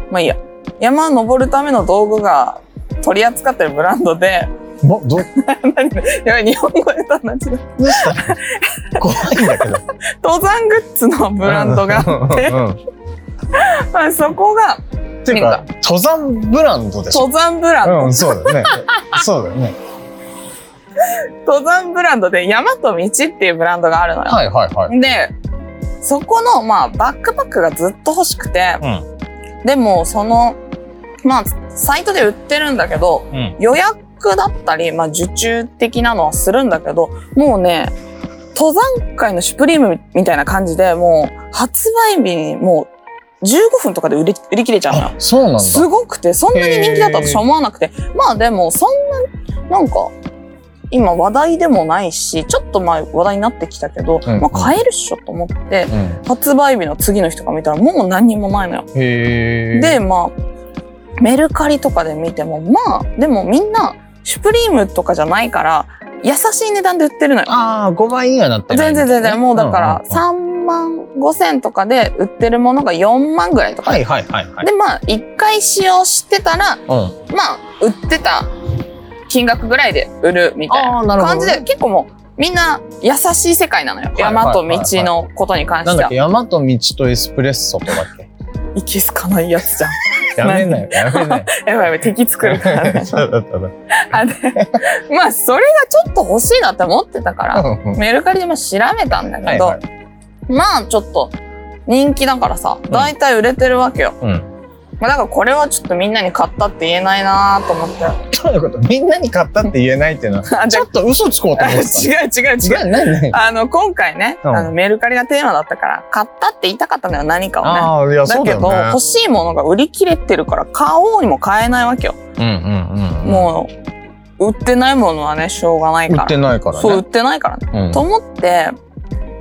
[SPEAKER 1] まあいいや。山登るための道具が取り扱ってるブランドで、 <laughs>
[SPEAKER 2] ま、ど、ど
[SPEAKER 1] 何やばい、日本語で友達だ。
[SPEAKER 2] うしたの怖いんだけど。
[SPEAKER 1] 登山グッズのブランドがあって、
[SPEAKER 2] うんうん
[SPEAKER 1] まあ <laughs> そこが
[SPEAKER 2] っていうか、登山ブランドでしょ。
[SPEAKER 1] 登山ブランド、
[SPEAKER 2] うん、そうだよね。そうだよね。
[SPEAKER 1] 登山ブランドで山と道っていうブランドがあるのよ。
[SPEAKER 2] はいはいはい。
[SPEAKER 1] で、そこの、まあ、バックパックがずっと欲しくて、
[SPEAKER 2] うん。
[SPEAKER 1] でも、その、まあ、サイトで売ってるんだけど、
[SPEAKER 2] うん。
[SPEAKER 1] 予約だったり、まあ、受注的なのはするんだけど、もうね、登山界のシュプリームみたいな感じで、もう、発売日にもう、15分とかで売り売り切れちゃうのよ
[SPEAKER 2] あ。、そうなんだ。
[SPEAKER 1] すごくて、そんなに人気だったと私は思わなくて、まあでも、そんななんか、今話題でもないし、ちょっと前話題になってきたけど、
[SPEAKER 2] うん
[SPEAKER 1] まあ買えるっしょと思って、
[SPEAKER 2] うん。
[SPEAKER 1] 発売日の次の日とか見たらもう何にもないのよ。
[SPEAKER 2] へえ。
[SPEAKER 1] で、まあ、メルカリとかで見ても、まあ、でもみんな、シュプリームとかじゃないから、優しい値段で売ってるのよ。
[SPEAKER 2] ああ、5倍にはなってな
[SPEAKER 1] 全
[SPEAKER 2] いんです
[SPEAKER 1] 然
[SPEAKER 2] ね。
[SPEAKER 1] 全然、もうだから、
[SPEAKER 2] んんん
[SPEAKER 1] 3万5千とかで売ってるものが4万ぐらいとか。
[SPEAKER 2] はいはいはいはい。
[SPEAKER 1] で、まあ、1回使用してたら、
[SPEAKER 2] うん。
[SPEAKER 1] まあ、売ってた金額ぐらいで売るみたいな
[SPEAKER 2] ああ、なるほ
[SPEAKER 1] 感
[SPEAKER 2] ど
[SPEAKER 1] じ
[SPEAKER 2] ね。
[SPEAKER 1] で、結構もう、みんな優しい世界なのよ。
[SPEAKER 2] はいはいはい
[SPEAKER 1] 山と道のことに関
[SPEAKER 2] なん
[SPEAKER 1] して
[SPEAKER 2] だ
[SPEAKER 1] は
[SPEAKER 2] っけ、。山と道とエスプレッソとだっけ。
[SPEAKER 1] いけすか <laughs> ないやつじゃん。
[SPEAKER 2] やめなよ、 <laughs> やめ
[SPEAKER 1] <laughs>
[SPEAKER 2] なよ。。
[SPEAKER 1] やばいやばい、敵作るからね
[SPEAKER 2] そうだったな
[SPEAKER 1] <laughs> あでまあ、それがちょっと欲しいなって思ってたから、
[SPEAKER 2] うんうん
[SPEAKER 1] メルカリでも調べたんだ
[SPEAKER 2] は
[SPEAKER 1] け
[SPEAKER 2] い
[SPEAKER 1] ど、
[SPEAKER 2] はい。
[SPEAKER 1] まあ、ちょっと、人気だからさ、だいたい売れてるわけよ。
[SPEAKER 2] うん。
[SPEAKER 1] まあ、だからこれはちょっとみんなに買ったって言えないなと思
[SPEAKER 2] <laughs>
[SPEAKER 1] って。
[SPEAKER 2] そういうこと。みんなに買ったって言えないってい
[SPEAKER 1] <laughs>
[SPEAKER 2] うのは、
[SPEAKER 1] あ、じ
[SPEAKER 2] ち
[SPEAKER 1] ゃ
[SPEAKER 2] ょっと嘘つこうと
[SPEAKER 1] あ、違
[SPEAKER 2] 思っ
[SPEAKER 1] う
[SPEAKER 2] てたの。
[SPEAKER 1] 違う違う。
[SPEAKER 2] 違う、何何
[SPEAKER 1] あの、今回ね、
[SPEAKER 2] うん
[SPEAKER 1] あのメルカリがテーマだったから、買ったって言いたかったのよ、何かをね。
[SPEAKER 2] ああ、いや、そ
[SPEAKER 1] だ
[SPEAKER 2] うだ
[SPEAKER 1] けど、
[SPEAKER 2] よ
[SPEAKER 1] 欲
[SPEAKER 2] ね。
[SPEAKER 1] しいものが売り切れてるから、買おうにも買えないわけよ。
[SPEAKER 2] うんうんうん。
[SPEAKER 1] もう、売ってないものはね、しょうがない
[SPEAKER 2] 売
[SPEAKER 1] か
[SPEAKER 2] って
[SPEAKER 1] ら。
[SPEAKER 2] ないからね。
[SPEAKER 1] そう、売ってないからね。
[SPEAKER 2] うん
[SPEAKER 1] と思って、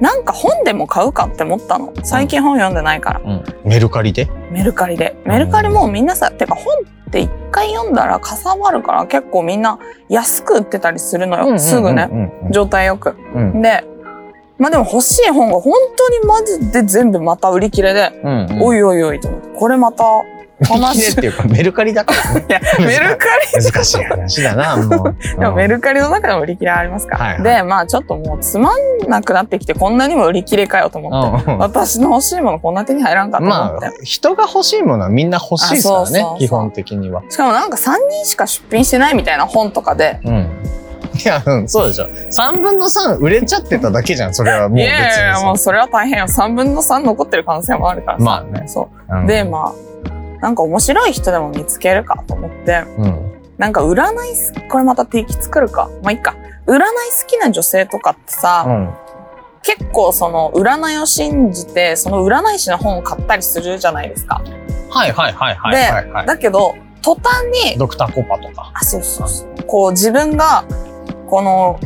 [SPEAKER 1] なんか本でも買うかって思ったの。最近本読んでないから。
[SPEAKER 2] うんメルカリで
[SPEAKER 1] メルカリで。メルカリもうみんなさ、てか本って一回読んだらかさばるから結構みんな安く売ってたりするのよ。すぐね。。状態よく。
[SPEAKER 2] うんうん
[SPEAKER 1] で、まあでも欲しい本が本当にマジで全部また売り切れで、
[SPEAKER 2] うんうん。
[SPEAKER 1] お
[SPEAKER 2] い。
[SPEAKER 1] いおいおいと思って、これまた悲
[SPEAKER 2] きれ
[SPEAKER 1] し
[SPEAKER 2] っ
[SPEAKER 1] い。
[SPEAKER 2] ていうか、メルカリだからね。
[SPEAKER 1] いや、 <laughs> メルカリ
[SPEAKER 2] 難しい話だな、も
[SPEAKER 1] <laughs>
[SPEAKER 2] う。
[SPEAKER 1] でもメルカリの中でも売り切れありますから。
[SPEAKER 2] はいはい
[SPEAKER 1] で、まあちょっともうつまんなくなってきて、こんなにも売り切れかよと思って。
[SPEAKER 2] うんうん
[SPEAKER 1] 私の欲しいものこんな手に入らんかと思
[SPEAKER 2] ま
[SPEAKER 1] って。
[SPEAKER 2] あ、人が欲しいものはみんな欲しいですか
[SPEAKER 1] あ
[SPEAKER 2] らね
[SPEAKER 1] そうそうそう、
[SPEAKER 2] 基本的には。
[SPEAKER 1] しかもなんか3人しか出品してないみたいな本とかで。
[SPEAKER 2] うん。いや、うん、そうでしょ。3分の3売れちゃってただけじゃん、それはもう
[SPEAKER 1] い
[SPEAKER 2] 別にさ。
[SPEAKER 1] やいやいや、もうそれは大変よ。3分の3残ってる可能性もあるからさ。
[SPEAKER 2] まあね。
[SPEAKER 1] そうう。
[SPEAKER 2] ん
[SPEAKER 1] で、まあ、なんか面白い人でも見つけるかと思って、
[SPEAKER 2] うん。
[SPEAKER 1] なんか占いす、これまた定期作るか。まあいいか。占い好きな女性とかってさ、
[SPEAKER 2] うん。
[SPEAKER 1] 結構その占いを信じて、その占い師の本を買ったりするじゃないですか。
[SPEAKER 2] はいはいはいはい。
[SPEAKER 1] で
[SPEAKER 2] はいはい
[SPEAKER 1] だけど、途端に、
[SPEAKER 2] ドクターコパとか。
[SPEAKER 1] あ、そうそうそう。こう自分が、この、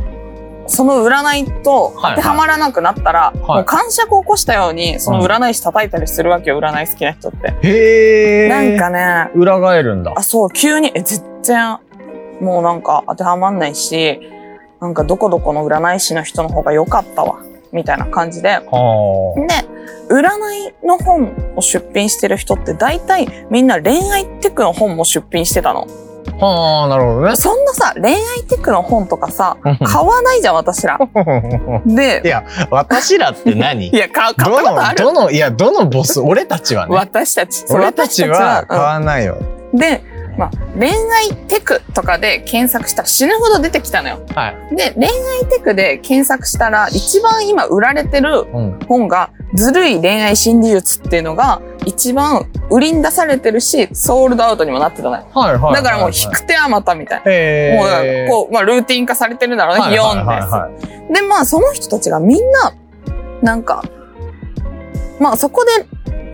[SPEAKER 1] その占いと当てはまらなくなったら、
[SPEAKER 2] はい
[SPEAKER 1] もう感触を起こしたように、その占い師叩いたりするわけよ、占い好きな人って。
[SPEAKER 2] へえ。
[SPEAKER 1] なん。かね、
[SPEAKER 2] 裏返るんだ。
[SPEAKER 1] あ、そう、急に、え、全然、もうなんか当てはまんないし、なんかどこどこの占い師の人の方が良かったわ、みたいな感じで。
[SPEAKER 2] あー
[SPEAKER 1] で、占いの本を出品してる人って大体みんな恋愛テクの本も出品してたの。
[SPEAKER 2] はあ、なるほどね。
[SPEAKER 1] そんなさ、恋愛テクの本とかさ、買わないじゃん、私ら。
[SPEAKER 2] い
[SPEAKER 1] で、
[SPEAKER 2] <laughs> 私らって何
[SPEAKER 1] いや、買う買った
[SPEAKER 2] ど
[SPEAKER 1] ことあ
[SPEAKER 2] の、
[SPEAKER 1] る
[SPEAKER 2] どの、いや、どのボス、俺たちはね。
[SPEAKER 1] 私たち。そう
[SPEAKER 2] 俺たちは買わないよ。
[SPEAKER 1] うんで、まあ、恋愛テクとかで検索したら死ぬほど出てきたのよ。
[SPEAKER 2] はい。
[SPEAKER 1] で、恋愛テクで検索したら、一番今売られてる
[SPEAKER 2] うん。
[SPEAKER 1] 本が、ずるい恋愛心理術っていうのが、一番売りに出されてるし、ソールドアウトにもなってたのよ。
[SPEAKER 2] はいはいはいは
[SPEAKER 1] だ
[SPEAKER 2] い。
[SPEAKER 1] からもう、引く手はまたみたいな。
[SPEAKER 2] へー。
[SPEAKER 1] もうだからこう、まあ、ルーティン化されてるんだろうね、
[SPEAKER 2] はいはい
[SPEAKER 1] 読ん
[SPEAKER 2] はい
[SPEAKER 1] で。
[SPEAKER 2] はい
[SPEAKER 1] で、まあ、その人たちがみんな、なんか、まあ、そこで、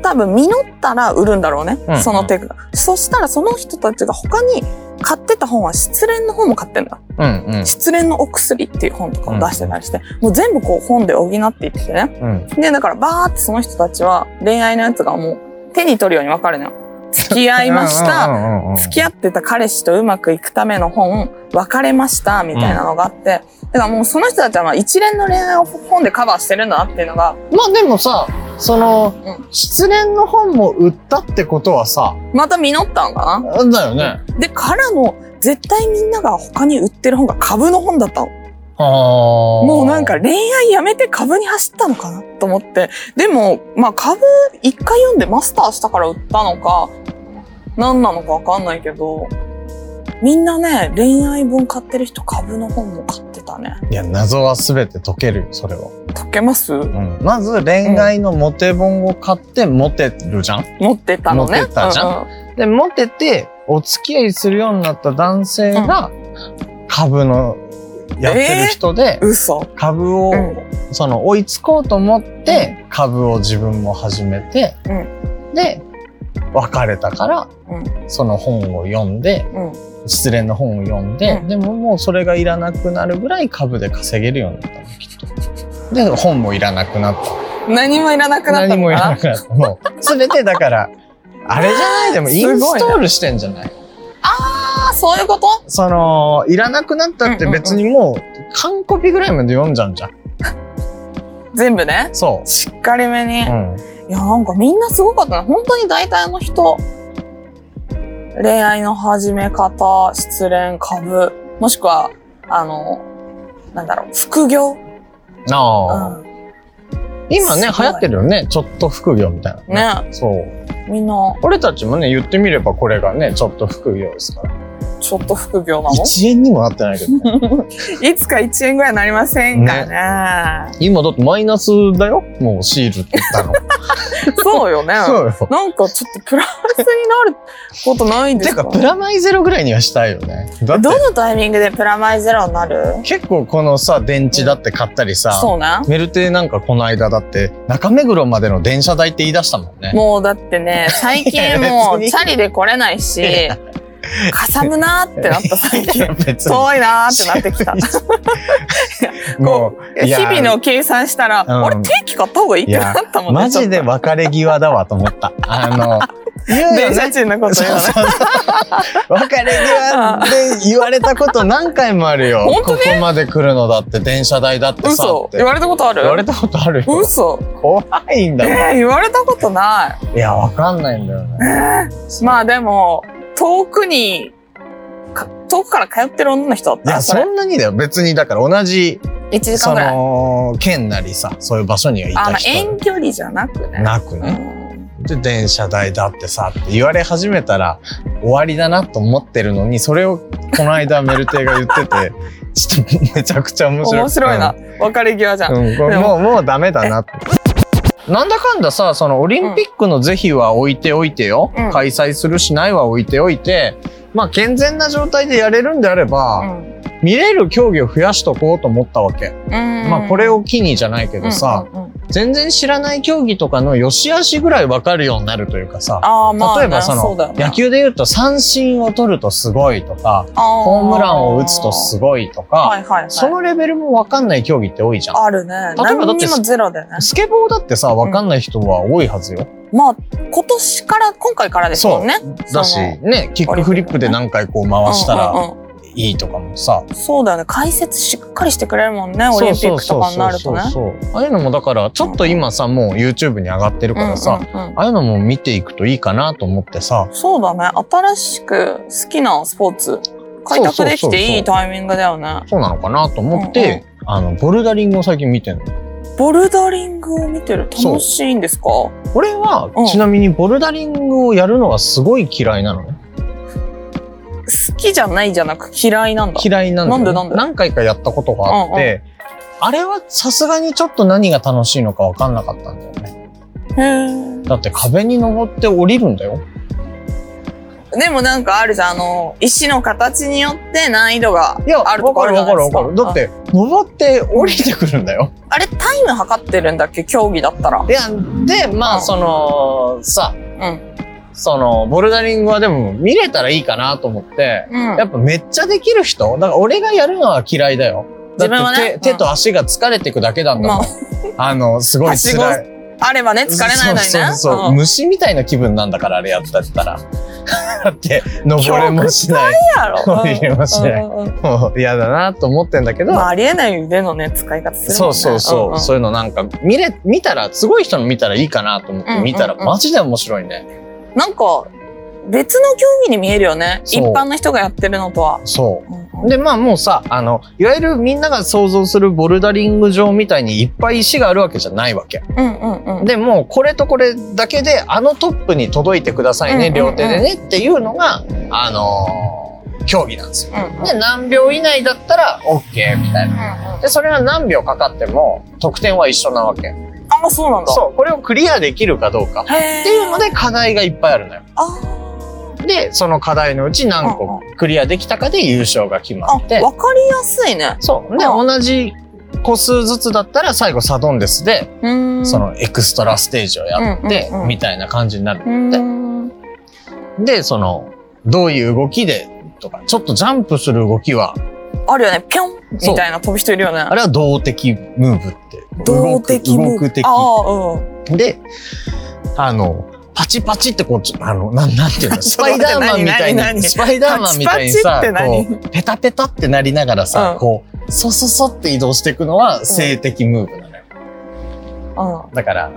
[SPEAKER 1] 多分、実ったら売るんだろうね。
[SPEAKER 2] うん
[SPEAKER 1] そのテクが。そしたら、その人たちが他に買ってた本は、失恋の本も買ってんだ。
[SPEAKER 2] うんうん
[SPEAKER 1] 失恋のお薬っていう本とかを出してたりして、もう全部こう本で補っていっててね。
[SPEAKER 2] うん。
[SPEAKER 1] で、だからバーってその人たちは恋愛のやつがもう手に取るように分かるのよ。付き合いました。
[SPEAKER 2] た
[SPEAKER 1] 付き合ってた彼氏とうまくいくための本、別れました、みたいなのがあって、だからもうその人たちはまあ一連の恋愛を本でカバーしてるんだなっていうのが、
[SPEAKER 2] まあでもさ、その、
[SPEAKER 1] う
[SPEAKER 2] 失恋の本も売ったってことはさ、
[SPEAKER 1] また実ったのか
[SPEAKER 2] だよね。
[SPEAKER 1] なで、からの、絶対みんなが他に売ってる本が株の本だったの。も
[SPEAKER 2] も
[SPEAKER 1] うなんか、恋愛やめて株に走ったのかなと思って。でも、まあ株一回読んでマスターしたから売ったのか、何なのかわかんないけど、みんなね、恋愛本買ってる人株の本も買ってたね。
[SPEAKER 2] いや、謎は全て解けるよ、それは。
[SPEAKER 1] 解けます
[SPEAKER 2] うんまず、恋愛のモテ本を買ってモテるじゃん
[SPEAKER 1] 持ってたのね。
[SPEAKER 2] 持ってたじゃん
[SPEAKER 1] うんうん
[SPEAKER 2] で、モテて、お付き合いするようになった男性が、株の、やってる人で、
[SPEAKER 1] 嘘。
[SPEAKER 2] 株を、
[SPEAKER 1] うん
[SPEAKER 2] その、追いつこうと思って、株を自分も始めて、で、別れたから、
[SPEAKER 1] う
[SPEAKER 2] その本を読んで、
[SPEAKER 1] うん
[SPEAKER 2] 失恋の本を読んで、
[SPEAKER 1] うん
[SPEAKER 2] でももうそれがいらなくなるぐらい株で稼げるようになったのきっと。で本もいらなくなった。
[SPEAKER 1] 何もいらなくなった
[SPEAKER 2] 何
[SPEAKER 1] の
[SPEAKER 2] もいら
[SPEAKER 1] か
[SPEAKER 2] な
[SPEAKER 1] な
[SPEAKER 2] くなった。もう全てだからあれじゃないでもイ
[SPEAKER 1] すごい
[SPEAKER 2] ン
[SPEAKER 1] な
[SPEAKER 2] ストールしてんじゃない
[SPEAKER 1] あーそういうこと
[SPEAKER 2] そのいらなくなったって別にもう完コピぐらいまで読んじゃうんじゃん。
[SPEAKER 1] 全部ね
[SPEAKER 2] そ
[SPEAKER 1] しっかりめに、
[SPEAKER 2] う。うん。
[SPEAKER 1] いやなんかみんなすごかったな本当に大体の人恋愛の始め方失恋株もしくはあのなんだろう副業、う
[SPEAKER 2] なあ、
[SPEAKER 1] ん、
[SPEAKER 2] 今ね
[SPEAKER 1] すご
[SPEAKER 2] 流
[SPEAKER 1] い
[SPEAKER 2] 行ってるよねちょっと副業みたいな。
[SPEAKER 1] ね
[SPEAKER 2] そう。
[SPEAKER 1] みんな
[SPEAKER 2] 俺たちもね言ってみればこれがねちょっと副業ですから
[SPEAKER 1] ちょっと副業なの
[SPEAKER 2] 1円にもなってない
[SPEAKER 1] <laughs>
[SPEAKER 2] けど、ね、
[SPEAKER 1] いつか1円ぐらいになりませんかね
[SPEAKER 2] 今だってマイナスだよもうシールって
[SPEAKER 1] <laughs>
[SPEAKER 2] 言ったの
[SPEAKER 1] そうよね
[SPEAKER 2] <laughs> そうよ
[SPEAKER 1] なんかちょっとプラスになることないんで
[SPEAKER 2] て
[SPEAKER 1] すか
[SPEAKER 2] かプラマイゼロぐらいにはしたいよねだって
[SPEAKER 1] どのタイミングでプラマイゼロになる
[SPEAKER 2] 結構このさ電池だって買ったりさ、
[SPEAKER 1] そうね
[SPEAKER 2] メルテなんかこの間だって中目黒までの電車代って言い出したもんね
[SPEAKER 1] もうだってね、最近も
[SPEAKER 2] 別
[SPEAKER 1] う
[SPEAKER 2] に
[SPEAKER 1] チャリで来れないし、かさむなーってなった最
[SPEAKER 2] い
[SPEAKER 1] 近。
[SPEAKER 2] <laughs> や別に
[SPEAKER 1] 遠いなーってなってきた。
[SPEAKER 2] もうい
[SPEAKER 1] 日
[SPEAKER 2] や
[SPEAKER 1] 々の計算したら、
[SPEAKER 2] うん
[SPEAKER 1] 俺定期買った方がいいってなったもんね。
[SPEAKER 2] マジで
[SPEAKER 1] ちょっと
[SPEAKER 2] 別れ際だわと思った
[SPEAKER 1] <laughs>
[SPEAKER 2] あの言うよ
[SPEAKER 1] 電
[SPEAKER 2] ね
[SPEAKER 1] 車賃のこと
[SPEAKER 2] そう
[SPEAKER 1] 言わ
[SPEAKER 2] そ
[SPEAKER 1] な
[SPEAKER 2] うそう。別れ際で言われたこと何回もあるよ。
[SPEAKER 1] 本
[SPEAKER 2] ここまで来るのだって、電車代だってさ
[SPEAKER 1] 嘘
[SPEAKER 2] って
[SPEAKER 1] 言。われたことある
[SPEAKER 2] 言われたことあるよ。
[SPEAKER 1] 嘘
[SPEAKER 2] 怖いん
[SPEAKER 1] え
[SPEAKER 2] だも
[SPEAKER 1] ー言われたことない。
[SPEAKER 2] ん。いや、わかんないんだよね。
[SPEAKER 1] まあでも、遠くに、か遠くから通ってる女の人だっ
[SPEAKER 2] い
[SPEAKER 1] た
[SPEAKER 2] や、
[SPEAKER 1] ら、そ
[SPEAKER 2] そ
[SPEAKER 1] れ
[SPEAKER 2] んなにだよ。別に、だから同じ、
[SPEAKER 1] 1時間
[SPEAKER 2] そ
[SPEAKER 1] ぐらい。
[SPEAKER 2] の、県なりさ、そういう場所にはい
[SPEAKER 1] あ、ま
[SPEAKER 2] た
[SPEAKER 1] あ遠
[SPEAKER 2] 人。
[SPEAKER 1] 距離じゃなくね。
[SPEAKER 2] なく
[SPEAKER 1] う
[SPEAKER 2] ね。
[SPEAKER 1] ん
[SPEAKER 2] で、電車代だってさ、って言われ始めたら、終わりだなと思ってるのに、それを、この間メルテイが言ってて、ちょっとめちゃくちゃ面白い。
[SPEAKER 1] 面白いな。別れ際じゃん。
[SPEAKER 2] うん、これ
[SPEAKER 1] でも
[SPEAKER 2] もうもうダメだなってなんだかんださそのオリンピックの是非は置いておいてよ、
[SPEAKER 1] うん
[SPEAKER 2] 開催するしないは置いておいてまあ健全な状態でやれるんであれ
[SPEAKER 1] う
[SPEAKER 2] ば、
[SPEAKER 1] ん
[SPEAKER 2] 見れる競技を増やしとこうと思ったわけ、ま
[SPEAKER 1] ま
[SPEAKER 2] あこれを機にじゃないけどさ、全然知らない競技とかの良し悪しぐらい分かるようになるというかさ
[SPEAKER 1] あーまあね、
[SPEAKER 2] 例えばその
[SPEAKER 1] うだよね
[SPEAKER 2] 野球で言うと三振を取るとすごいとか
[SPEAKER 1] あー
[SPEAKER 2] ホームランを打つとすごいとか、
[SPEAKER 1] はいはいはい
[SPEAKER 2] そのレベルも分かんない競技って多いじゃん。
[SPEAKER 1] あるね
[SPEAKER 2] ばだって
[SPEAKER 1] 何にもゼロでね
[SPEAKER 2] スケボーだってさ、わかんない人は多いはずよ。
[SPEAKER 1] まあ今年から今回からですもんね
[SPEAKER 2] だし、
[SPEAKER 1] その
[SPEAKER 2] ね、キックフリップで何回こう回した
[SPEAKER 1] うん
[SPEAKER 2] ら
[SPEAKER 1] うんうん
[SPEAKER 2] いいとかもさ。
[SPEAKER 1] そうだよね解説しっかりしてくれるもんねオリンピックとかになるとね
[SPEAKER 2] そうそうそうそうああいうのもだから、ちょっと今さ、もう YouTube に上がってるからさ、
[SPEAKER 1] うんうんうん
[SPEAKER 2] ああいうのも見ていくといいかなと思ってさ。
[SPEAKER 1] そうだね新しく好きなスポーツ開拓できていいタイミングだよね
[SPEAKER 2] そうなのかなと思って、あの、ボルダリングを最近見てるの。
[SPEAKER 1] ボルダリングを見てる
[SPEAKER 2] そう
[SPEAKER 1] 楽しいんですか
[SPEAKER 2] 俺は
[SPEAKER 1] うん、
[SPEAKER 2] ちなみにボルダリングをやるのはすごい嫌いなのね。
[SPEAKER 1] 好きじゃないじゃなく嫌いなんだ
[SPEAKER 2] 嫌いなんだよね
[SPEAKER 1] なんでなんで
[SPEAKER 2] 何回かやったことがあって、あれはさすがにちょっと何が楽しいのかわかんなかったんだよね。
[SPEAKER 1] へー
[SPEAKER 2] だって壁に登って降りるんだよ。
[SPEAKER 1] でもなんかあるじゃん、あの、石の形によって難易度が
[SPEAKER 2] いや、
[SPEAKER 1] あるとこあるじゃ
[SPEAKER 2] わ
[SPEAKER 1] な
[SPEAKER 2] か
[SPEAKER 1] い
[SPEAKER 2] る
[SPEAKER 1] で
[SPEAKER 2] わ
[SPEAKER 1] すか。
[SPEAKER 2] かる。だって、登って降りてくるんだよ。
[SPEAKER 1] あ。あれタイム測ってるんだっけ競技だったら
[SPEAKER 2] い。や、で、ま
[SPEAKER 1] う
[SPEAKER 2] あ、
[SPEAKER 1] ん
[SPEAKER 2] その、さ、
[SPEAKER 1] うん。
[SPEAKER 2] その、ボルダリングはでも見れたらいいかなと思って、
[SPEAKER 1] うん
[SPEAKER 2] や。っぱめっちゃできる人だから俺がやるのは嫌いだよ。だ
[SPEAKER 1] 自
[SPEAKER 2] って
[SPEAKER 1] 分はね
[SPEAKER 2] 手手と足が疲れていくだけなんだもん。あの、すごい辛
[SPEAKER 1] はし
[SPEAKER 2] い。
[SPEAKER 1] あればね、疲れないのにね。
[SPEAKER 2] そうそうそうそう、
[SPEAKER 1] ん
[SPEAKER 2] 虫みたいな気分なんだから、あれやったったら。だって、登れもしない。
[SPEAKER 1] やろ。
[SPEAKER 2] こういうのしない
[SPEAKER 1] うんうんうん
[SPEAKER 2] もう嫌だなと思ってんだけど、
[SPEAKER 1] まあ、ありえない腕のね、使い方するもんね。
[SPEAKER 2] そうそうそう、
[SPEAKER 1] んん
[SPEAKER 2] そういうのなんか見れ見たらすごい人の見たらいいかなと思っ
[SPEAKER 1] うんうん
[SPEAKER 2] て
[SPEAKER 1] うん
[SPEAKER 2] 見たらマジで面白いね、
[SPEAKER 1] なんか、別の競技に見えるよね。一
[SPEAKER 2] そう
[SPEAKER 1] 般の人がやってるのとは。
[SPEAKER 2] そ
[SPEAKER 1] うんうん
[SPEAKER 2] うでまあもうさあのいわゆるみんなが想像するボルダリング場みたいにいっぱい石があるわけじゃないわけ
[SPEAKER 1] うんうんうん。
[SPEAKER 2] でもうこれとこれだけであのトップに届いてくださいね、
[SPEAKER 1] うんうんうん
[SPEAKER 2] 両手でねっていうのがあのー競技なんですよ
[SPEAKER 1] うんうん
[SPEAKER 2] で何秒以内だったら OK みたいな
[SPEAKER 1] うんうん
[SPEAKER 2] でそれが何秒かかっても得点は一緒なわけ
[SPEAKER 1] あ、そうなんだ。
[SPEAKER 2] そうこれをクリアできるかどうか
[SPEAKER 1] へえ。
[SPEAKER 2] っていうので課題がいっぱいあるのよ。
[SPEAKER 1] あ
[SPEAKER 2] で、その課題のうち何
[SPEAKER 1] うん
[SPEAKER 2] 個クリアできたかで優勝が決
[SPEAKER 1] あ、
[SPEAKER 2] ま
[SPEAKER 1] わ
[SPEAKER 2] っ
[SPEAKER 1] か
[SPEAKER 2] て、
[SPEAKER 1] りやすいね。
[SPEAKER 2] そう。で、
[SPEAKER 1] うん
[SPEAKER 2] 同じ個数ずつだったら最後サドンデスで、
[SPEAKER 1] うーん。
[SPEAKER 2] そのエクストラステージをやって
[SPEAKER 1] うんうんう、ん
[SPEAKER 2] みたいな感じになる
[SPEAKER 1] う
[SPEAKER 2] の
[SPEAKER 1] ー
[SPEAKER 2] で、
[SPEAKER 1] ん。
[SPEAKER 2] で、その、どういう動きでとか、ちょっとジャンプする動きは、
[SPEAKER 1] あるよね。ぴょん
[SPEAKER 2] そう
[SPEAKER 1] みたいな飛ぶ人いるよね
[SPEAKER 2] あ。れは動的ムーブって。
[SPEAKER 1] 動的
[SPEAKER 2] 動
[SPEAKER 1] ムー
[SPEAKER 2] く動く的
[SPEAKER 1] あ。あ、うん。
[SPEAKER 2] で、あの、パチパチってこうちょ、あの、なん、なん
[SPEAKER 1] <laughs>
[SPEAKER 2] ていうの、スパイダーマンみたい
[SPEAKER 1] 何何
[SPEAKER 2] に、
[SPEAKER 1] 何
[SPEAKER 2] スパイダーマンみたいに
[SPEAKER 1] パ
[SPEAKER 2] さ
[SPEAKER 1] チパチって、何
[SPEAKER 2] こう、ペタペタってなりながらさ、
[SPEAKER 1] うん
[SPEAKER 2] こう、そそそって移動していくのは性的ムーブなのよ。
[SPEAKER 1] うん
[SPEAKER 2] だから、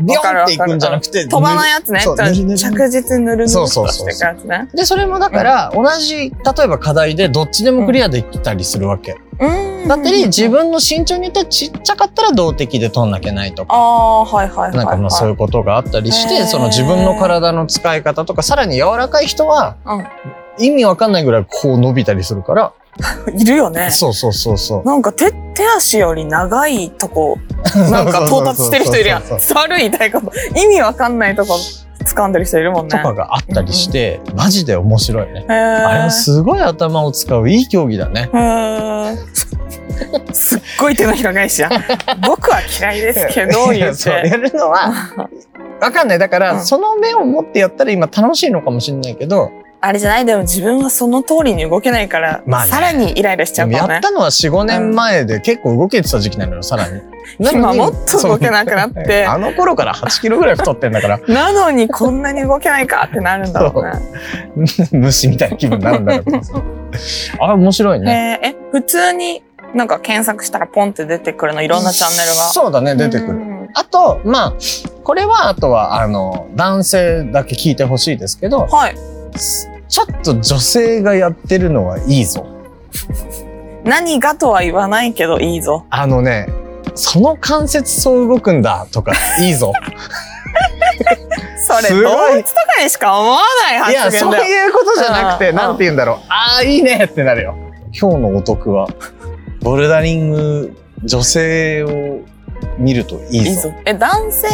[SPEAKER 2] ビョンっていくんじゃなくて、
[SPEAKER 1] 飛ばないやつね。ち
[SPEAKER 2] そ
[SPEAKER 1] ょ
[SPEAKER 2] うぬるぬる
[SPEAKER 1] 着実にぬるぬるっ
[SPEAKER 2] そう
[SPEAKER 1] と
[SPEAKER 2] そうそ
[SPEAKER 1] し
[SPEAKER 2] う
[SPEAKER 1] ていくやつね。
[SPEAKER 2] で、それもだから、同じ、例えば課題でどっちでもクリアできたりするわけ。
[SPEAKER 1] うん。
[SPEAKER 2] だったり、自分の身長によってはちっちゃかったら動的で取んなきゃないとか。
[SPEAKER 1] ああ、はいはいはい、はい。
[SPEAKER 2] なんかまあそういうことがあったりして、
[SPEAKER 1] へー
[SPEAKER 2] その自分の体の使い方とか、さらに柔らかい人は、意味わかんないぐらいこう伸びたりするから、
[SPEAKER 1] うん。いるよね。
[SPEAKER 2] そうそうそうそう。
[SPEAKER 1] なんか手、手足より長いと
[SPEAKER 2] <laughs>
[SPEAKER 1] こ、 <laughs> なんか到達してる人いるやん。
[SPEAKER 2] そうそうそうそう
[SPEAKER 1] 悪い言いたいこと。意味わかんないとこ掴んでる人いるもんね。
[SPEAKER 2] とかがあったりして、マジで面白いね。
[SPEAKER 1] へ
[SPEAKER 2] あれは
[SPEAKER 1] ー
[SPEAKER 2] すごい頭を使ういい競技だね。
[SPEAKER 1] へーすっごい手のひら返
[SPEAKER 2] <laughs>
[SPEAKER 1] しやん。僕は嫌いですけど、
[SPEAKER 2] い
[SPEAKER 1] 言
[SPEAKER 2] や
[SPEAKER 1] っ
[SPEAKER 2] <laughs> そう
[SPEAKER 1] て。
[SPEAKER 2] やるのは、わかんない。だから、
[SPEAKER 1] うん
[SPEAKER 2] その目を持ってやったら今楽しいのかもしれないけど、
[SPEAKER 1] あれじゃないでも自分はその通りに動けないから、
[SPEAKER 2] まあね
[SPEAKER 1] さらにイライラしちゃう
[SPEAKER 2] でも
[SPEAKER 1] か
[SPEAKER 2] や
[SPEAKER 1] もね
[SPEAKER 2] っ。たのは4、5年前で結構動けてた時期なのよ、さ
[SPEAKER 1] <laughs>
[SPEAKER 2] らに。なの
[SPEAKER 1] 今
[SPEAKER 2] に
[SPEAKER 1] もっと動けなくなっ
[SPEAKER 2] そう
[SPEAKER 1] て
[SPEAKER 2] あの頃から8キロぐらい太ってんだから、 <laughs>
[SPEAKER 1] なのにこんなに動けないかってなるんだろうね。
[SPEAKER 2] 虫みたいな気分になるんだから。
[SPEAKER 1] <laughs>
[SPEAKER 2] あれ面白いね。
[SPEAKER 1] えーえ普通になんか検索したらポンって出てくるのい
[SPEAKER 2] い
[SPEAKER 1] ろんなチャンネルが。
[SPEAKER 2] そうだね、出てくる。
[SPEAKER 1] る。
[SPEAKER 2] あと、まあ、これは、あとは、あの、男性だけ聞いてほしいですけど、
[SPEAKER 1] はい。
[SPEAKER 2] ちょっと女性がやってるのはいいぞ。
[SPEAKER 1] 何がとは言わないけどいいぞ。
[SPEAKER 2] あのね、その関節そう動くんだ
[SPEAKER 1] <laughs>
[SPEAKER 2] とか、いいぞ。
[SPEAKER 1] それ
[SPEAKER 2] すごい
[SPEAKER 1] 動物とかにしか思わない
[SPEAKER 2] いや、
[SPEAKER 1] 発言
[SPEAKER 2] そう
[SPEAKER 1] だよ。
[SPEAKER 2] いうことじゃなくて、
[SPEAKER 1] うん
[SPEAKER 2] なんて言うんだろう。ああ、いいねってなるよ。今日のお得は、ボルダリング、女性を見るといいぞ。
[SPEAKER 1] いいぞ。え、男性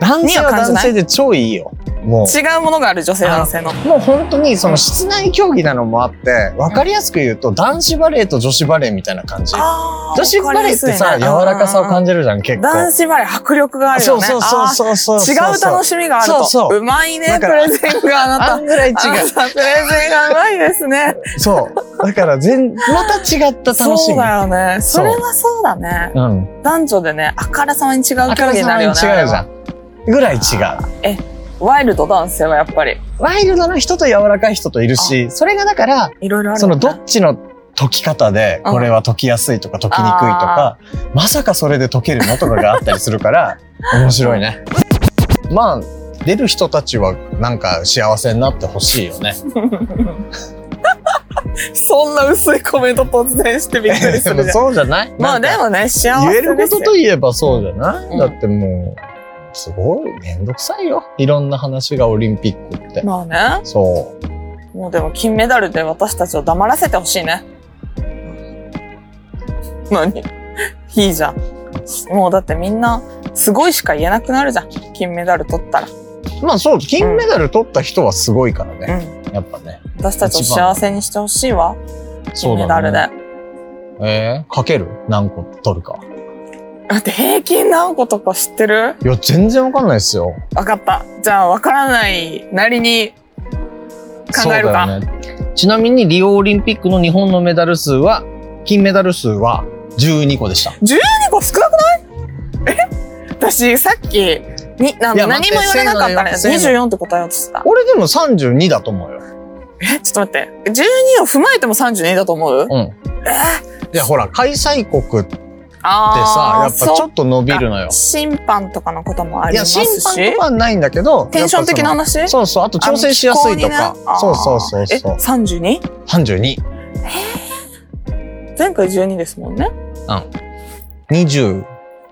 [SPEAKER 2] 男性は
[SPEAKER 1] には感じ
[SPEAKER 2] 男
[SPEAKER 1] ない
[SPEAKER 2] 性で超いいよ。もう。
[SPEAKER 1] 違うものがある女性男性の。
[SPEAKER 2] もう本当にその室内競技なのもあって、わかりやすく言うと男子バレーと女子バレーみたいな感じ。
[SPEAKER 1] あー
[SPEAKER 2] 女子バレーってさ、柔らかさを感じるじゃん、結構。
[SPEAKER 1] 男子バレー迫力があるよね。
[SPEAKER 2] そうそうそうそうそう
[SPEAKER 1] あー違う楽しみがあると。
[SPEAKER 2] そうそう
[SPEAKER 1] まいね
[SPEAKER 2] だ、
[SPEAKER 1] プ
[SPEAKER 2] から
[SPEAKER 1] レゼンがあなた
[SPEAKER 2] あ。んぐらい違う。
[SPEAKER 1] あなたプレゼンがうまいですね。
[SPEAKER 2] そう。だから全、また違った楽し
[SPEAKER 1] そう
[SPEAKER 2] み。
[SPEAKER 1] だよね。
[SPEAKER 2] そ
[SPEAKER 1] そうれはそうだね。
[SPEAKER 2] うん。
[SPEAKER 1] 男女でね、あからさまに違う競
[SPEAKER 2] あから
[SPEAKER 1] 技に
[SPEAKER 2] さ
[SPEAKER 1] な
[SPEAKER 2] ま
[SPEAKER 1] る
[SPEAKER 2] に違
[SPEAKER 1] よ
[SPEAKER 2] う
[SPEAKER 1] ね。
[SPEAKER 2] じゃん。ぐらい違う。
[SPEAKER 1] ワイルド男性はやっぱり、
[SPEAKER 2] ワイルドな人と柔らかい人といるし、それがだから、
[SPEAKER 1] いろいろある
[SPEAKER 2] そ
[SPEAKER 1] よね、
[SPEAKER 2] のどっちの解き方で、
[SPEAKER 1] うん
[SPEAKER 2] これは解きやすいとか解きにくいとか、まさかそれで解けるのとかがあったりす
[SPEAKER 1] <laughs>
[SPEAKER 2] るから、面白いね。まあ、出る人たちはなんか幸せになってほしいよ
[SPEAKER 1] <laughs>
[SPEAKER 2] ね。
[SPEAKER 1] <laughs> そんな薄いコメント突然してびっくりする
[SPEAKER 2] でも
[SPEAKER 1] じゃん。
[SPEAKER 2] そうじゃない <laughs>
[SPEAKER 1] ま
[SPEAKER 2] な
[SPEAKER 1] あ
[SPEAKER 2] んか
[SPEAKER 1] でもね、幸せ
[SPEAKER 2] 言える
[SPEAKER 1] で
[SPEAKER 2] こ
[SPEAKER 1] す
[SPEAKER 2] と
[SPEAKER 1] よ
[SPEAKER 2] といえばそうじゃない、
[SPEAKER 1] うん
[SPEAKER 2] だってもう、すごいめんどくさいよ。いろんな話がオリンピックって。
[SPEAKER 1] まあね。
[SPEAKER 2] そう。
[SPEAKER 1] もうでも金メダルで私たちを黙らせてほしいね。何いいじゃん。もうだってみんな、すごいしか言えなくなるじゃん。金メダル取ったら。
[SPEAKER 2] まあそう、金メダル取った人はすごいから
[SPEAKER 1] う
[SPEAKER 2] ね。
[SPEAKER 1] ん。
[SPEAKER 2] やっぱね。
[SPEAKER 1] 私たちを幸せにしてほしいわ。
[SPEAKER 2] そ
[SPEAKER 1] 金
[SPEAKER 2] う
[SPEAKER 1] メ
[SPEAKER 2] だ
[SPEAKER 1] ダルで。
[SPEAKER 2] ね。えー、かける何個取るか。
[SPEAKER 1] だって平均何個とか知ってる
[SPEAKER 2] いや、全然わかんないですよ。
[SPEAKER 1] わかった。じゃあ分からないなりに考えるか。
[SPEAKER 2] そうだよね。ちなみにリオオリンピックの日本のメダル数は、金メダル数は12個でした。
[SPEAKER 1] 12個少なくないえ私さっきにない
[SPEAKER 2] や
[SPEAKER 1] 何も
[SPEAKER 2] 待って
[SPEAKER 1] 言われなかったね。
[SPEAKER 2] せーのせー
[SPEAKER 1] 24って答えようとしてた。
[SPEAKER 2] 俺でも32だと思うよ。
[SPEAKER 1] え、ちょっと待って。12を踏まえても32だと思う
[SPEAKER 2] うん。いや、ほら、開催国ってさ、や
[SPEAKER 1] あ
[SPEAKER 2] っぱちょっと伸びるのよ
[SPEAKER 1] と。審判とかのこともあ
[SPEAKER 2] い
[SPEAKER 1] り
[SPEAKER 2] や、
[SPEAKER 1] ます
[SPEAKER 2] 審判
[SPEAKER 1] し
[SPEAKER 2] とか。はないんだけど、
[SPEAKER 1] テンション的な
[SPEAKER 2] やっぱ
[SPEAKER 1] 話
[SPEAKER 2] そのそうそう、あと調整しやすいとか。そうそうそう
[SPEAKER 1] え、
[SPEAKER 2] そう。
[SPEAKER 1] 32?
[SPEAKER 2] 32。
[SPEAKER 1] 前回12ですもんね。
[SPEAKER 2] 20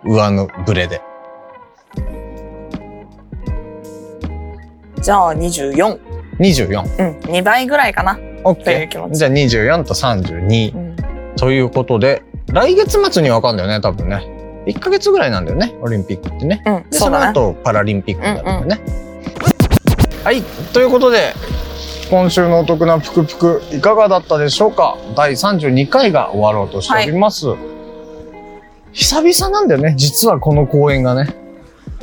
[SPEAKER 2] 上のブレで。
[SPEAKER 1] じゃあ24。
[SPEAKER 2] 24。
[SPEAKER 1] うん。2倍ぐらいかな。という
[SPEAKER 2] OK。
[SPEAKER 1] 気持ち。
[SPEAKER 2] じゃあ24と32。
[SPEAKER 1] うん
[SPEAKER 2] ということで、来月末にわかんだよね、多分ね。1ヶ月ぐらいなんだよね、オリンピックってね。
[SPEAKER 1] うん、
[SPEAKER 2] で、
[SPEAKER 1] そ
[SPEAKER 2] そうの
[SPEAKER 1] だね。
[SPEAKER 2] 後、パラリンピックだったよね。はい、ということで、今週のお得なぷくぷく、いかがだったでしょうか第32回が終わろうとしております。久々なんだよね、実はこの公演がね。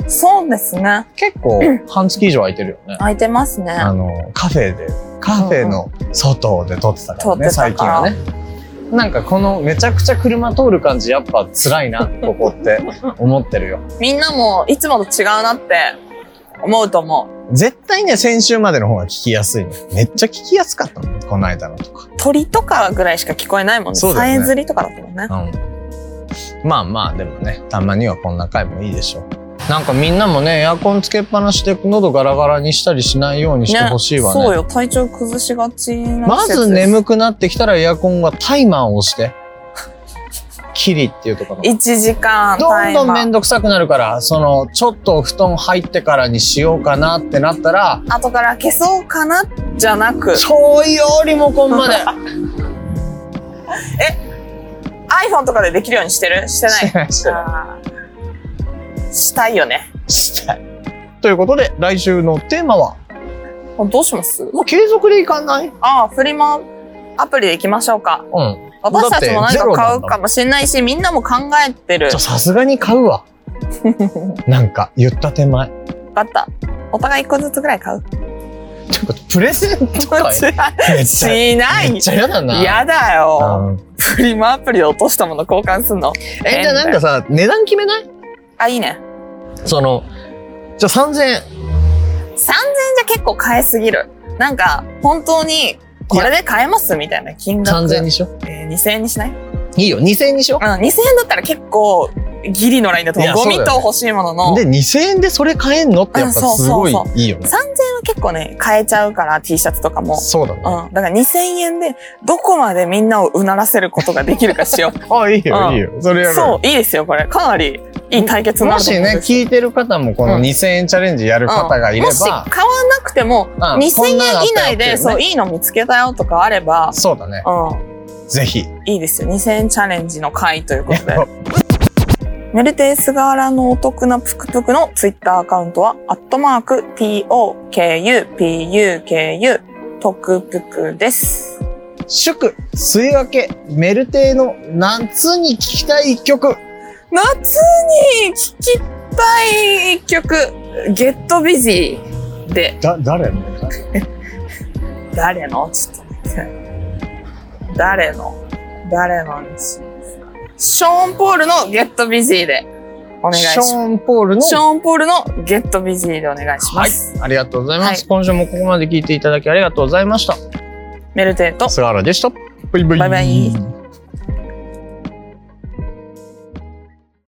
[SPEAKER 1] そうですね。
[SPEAKER 2] 結構半月以上空いてるよね。
[SPEAKER 1] 空いてますね。
[SPEAKER 2] あのカフェでカフェの外で撮ってたか
[SPEAKER 1] 撮
[SPEAKER 2] らね、
[SPEAKER 1] って
[SPEAKER 2] 最
[SPEAKER 1] た
[SPEAKER 2] 近
[SPEAKER 1] から
[SPEAKER 2] はね。なんかこのめちゃくちゃ車通る感じやっぱ辛
[SPEAKER 1] <laughs>
[SPEAKER 2] いなここって思ってるよ。
[SPEAKER 1] みんなもいつもと違うなって思うと思う。
[SPEAKER 2] 絶対ね先週までの方が聞きやすいの。めっちゃ聞きやすかったのこの間のとか。
[SPEAKER 1] 鳥とかぐらいしか聞こえないもんね。
[SPEAKER 2] そうだよ
[SPEAKER 1] さ
[SPEAKER 2] ね
[SPEAKER 1] えずりとかだったもんね。
[SPEAKER 2] うん。まあまあでもねたまにはこんな回もいいでしょう。なんかみんなもねエアコンつけっぱなしで喉ガラガラにしたりしないようにしてほしいわね
[SPEAKER 1] そうよ、体調崩しがちな
[SPEAKER 2] ま
[SPEAKER 1] 季節
[SPEAKER 2] ず
[SPEAKER 1] です
[SPEAKER 2] 眠くなってきたらエアコンはタイマーを
[SPEAKER 1] <laughs>
[SPEAKER 2] 押して。キリっていうところ。
[SPEAKER 1] 1時間
[SPEAKER 2] どん
[SPEAKER 1] タイ
[SPEAKER 2] どん
[SPEAKER 1] マ
[SPEAKER 2] めん
[SPEAKER 1] ー
[SPEAKER 2] どくさくなるから、その、ちょっとお布団入ってからにしようかなってなったら、
[SPEAKER 1] 後から消そうかなじゃなく
[SPEAKER 2] 遠いよ、リモコンまで。
[SPEAKER 1] <laughs> iPhone とかでできるようにしてるしてない
[SPEAKER 2] してないしてない
[SPEAKER 1] あーしたいよね
[SPEAKER 2] したい。ということで、来週のテーマは、
[SPEAKER 1] あどうします
[SPEAKER 2] もう継続でいかない
[SPEAKER 1] ああフリマアプリで行きましょうか
[SPEAKER 2] うん。
[SPEAKER 1] 私たちも
[SPEAKER 2] だっ
[SPEAKER 1] 何
[SPEAKER 2] て
[SPEAKER 1] か
[SPEAKER 2] ゼロなんだ
[SPEAKER 1] 買うかもしれないしみんなも考えてる
[SPEAKER 2] じゃ、さすがに買うわ。
[SPEAKER 1] <laughs>
[SPEAKER 2] なんか、言った手前。
[SPEAKER 1] 分かったお互い1個ずつぐらい買う
[SPEAKER 2] ちょっと、プレゼントかいめっちゃ、
[SPEAKER 1] <laughs>
[SPEAKER 2] め
[SPEAKER 1] しない
[SPEAKER 2] っちゃ嫌だな。
[SPEAKER 1] やだ
[SPEAKER 2] う
[SPEAKER 1] よ
[SPEAKER 2] ん
[SPEAKER 1] フリマアプリで落としたもの交換すんの
[SPEAKER 2] え、じゃあなんかさ、値段決めない
[SPEAKER 1] あいいね
[SPEAKER 2] その、じゃあ3000
[SPEAKER 1] 3000じ
[SPEAKER 2] 円。
[SPEAKER 1] ゃ結構買えすぎる。なんか、本当に、これで買えますみたいな金額。
[SPEAKER 2] 3000にしよう。
[SPEAKER 1] えー2000円にしない
[SPEAKER 2] いいよ、2000円にしよ
[SPEAKER 1] あの、2000円だったら結構、ギリのラインだと
[SPEAKER 2] い
[SPEAKER 1] 思う。
[SPEAKER 2] やそう
[SPEAKER 1] ゴ
[SPEAKER 2] だよ
[SPEAKER 1] ミ
[SPEAKER 2] ね
[SPEAKER 1] と欲しいものの。
[SPEAKER 2] う。
[SPEAKER 1] 3000
[SPEAKER 2] で、2000円でそれ買えんのってやっぱ
[SPEAKER 1] うんそう
[SPEAKER 2] すごい
[SPEAKER 1] そうそ
[SPEAKER 2] いいよね。
[SPEAKER 1] 円は結構ね、買えちゃうから、T シャツとかも。
[SPEAKER 2] そうだ
[SPEAKER 1] う
[SPEAKER 2] ね。
[SPEAKER 1] ん。だから2000円で、どこまでみんなをうならせることができるかしよ
[SPEAKER 2] あ、いいよ、
[SPEAKER 1] うん
[SPEAKER 2] いいよ。それ
[SPEAKER 1] う。
[SPEAKER 2] <laughs> や
[SPEAKER 1] そ
[SPEAKER 2] ろ
[SPEAKER 1] う、いいですよ、これ。かなり、いい対決
[SPEAKER 2] う。
[SPEAKER 1] にな
[SPEAKER 2] も
[SPEAKER 1] ると
[SPEAKER 2] し
[SPEAKER 1] 思うん
[SPEAKER 2] ね
[SPEAKER 1] で、す
[SPEAKER 2] 聞いてる方もこ
[SPEAKER 1] う
[SPEAKER 2] の
[SPEAKER 1] ん
[SPEAKER 2] 2000円チャレンジやる方がいれ
[SPEAKER 1] もし買わ
[SPEAKER 2] ば、
[SPEAKER 1] なくても、
[SPEAKER 2] んこんなのあった
[SPEAKER 1] 2000
[SPEAKER 2] よ
[SPEAKER 1] 円
[SPEAKER 2] っていう
[SPEAKER 1] 以内
[SPEAKER 2] ね
[SPEAKER 1] で、そう、いいの見つけたよとかあれば、
[SPEAKER 2] そうだね。
[SPEAKER 1] うん。
[SPEAKER 2] ぜひ。
[SPEAKER 1] いいですよ。2000円チャレンジの回ということで。メルテスガーラのお得なぷくぷくのツイッターアカウントは、アットマーク、t-o-k-u-p-u-k-u、とくぷくです。
[SPEAKER 2] 祝、梅雨明け、メルテイの夏に聴きたい一曲。
[SPEAKER 1] 夏に聴きたい一曲、ゲットビジーで、
[SPEAKER 2] だ、誰の
[SPEAKER 1] 誰のちょっと待って。誰の誰のにしますかショーン・ポールのゲットビジーでお願いし
[SPEAKER 2] シ
[SPEAKER 1] ます。
[SPEAKER 2] ョーン・ポールの
[SPEAKER 1] ショーン・ポールのゲットビジーでお願いします。
[SPEAKER 2] ありがとうございます。
[SPEAKER 1] は
[SPEAKER 2] 今週もここまで聞いていただきありがとうございました。
[SPEAKER 1] メルテイと
[SPEAKER 2] 菅原でした。バイバイ。
[SPEAKER 1] バイバイ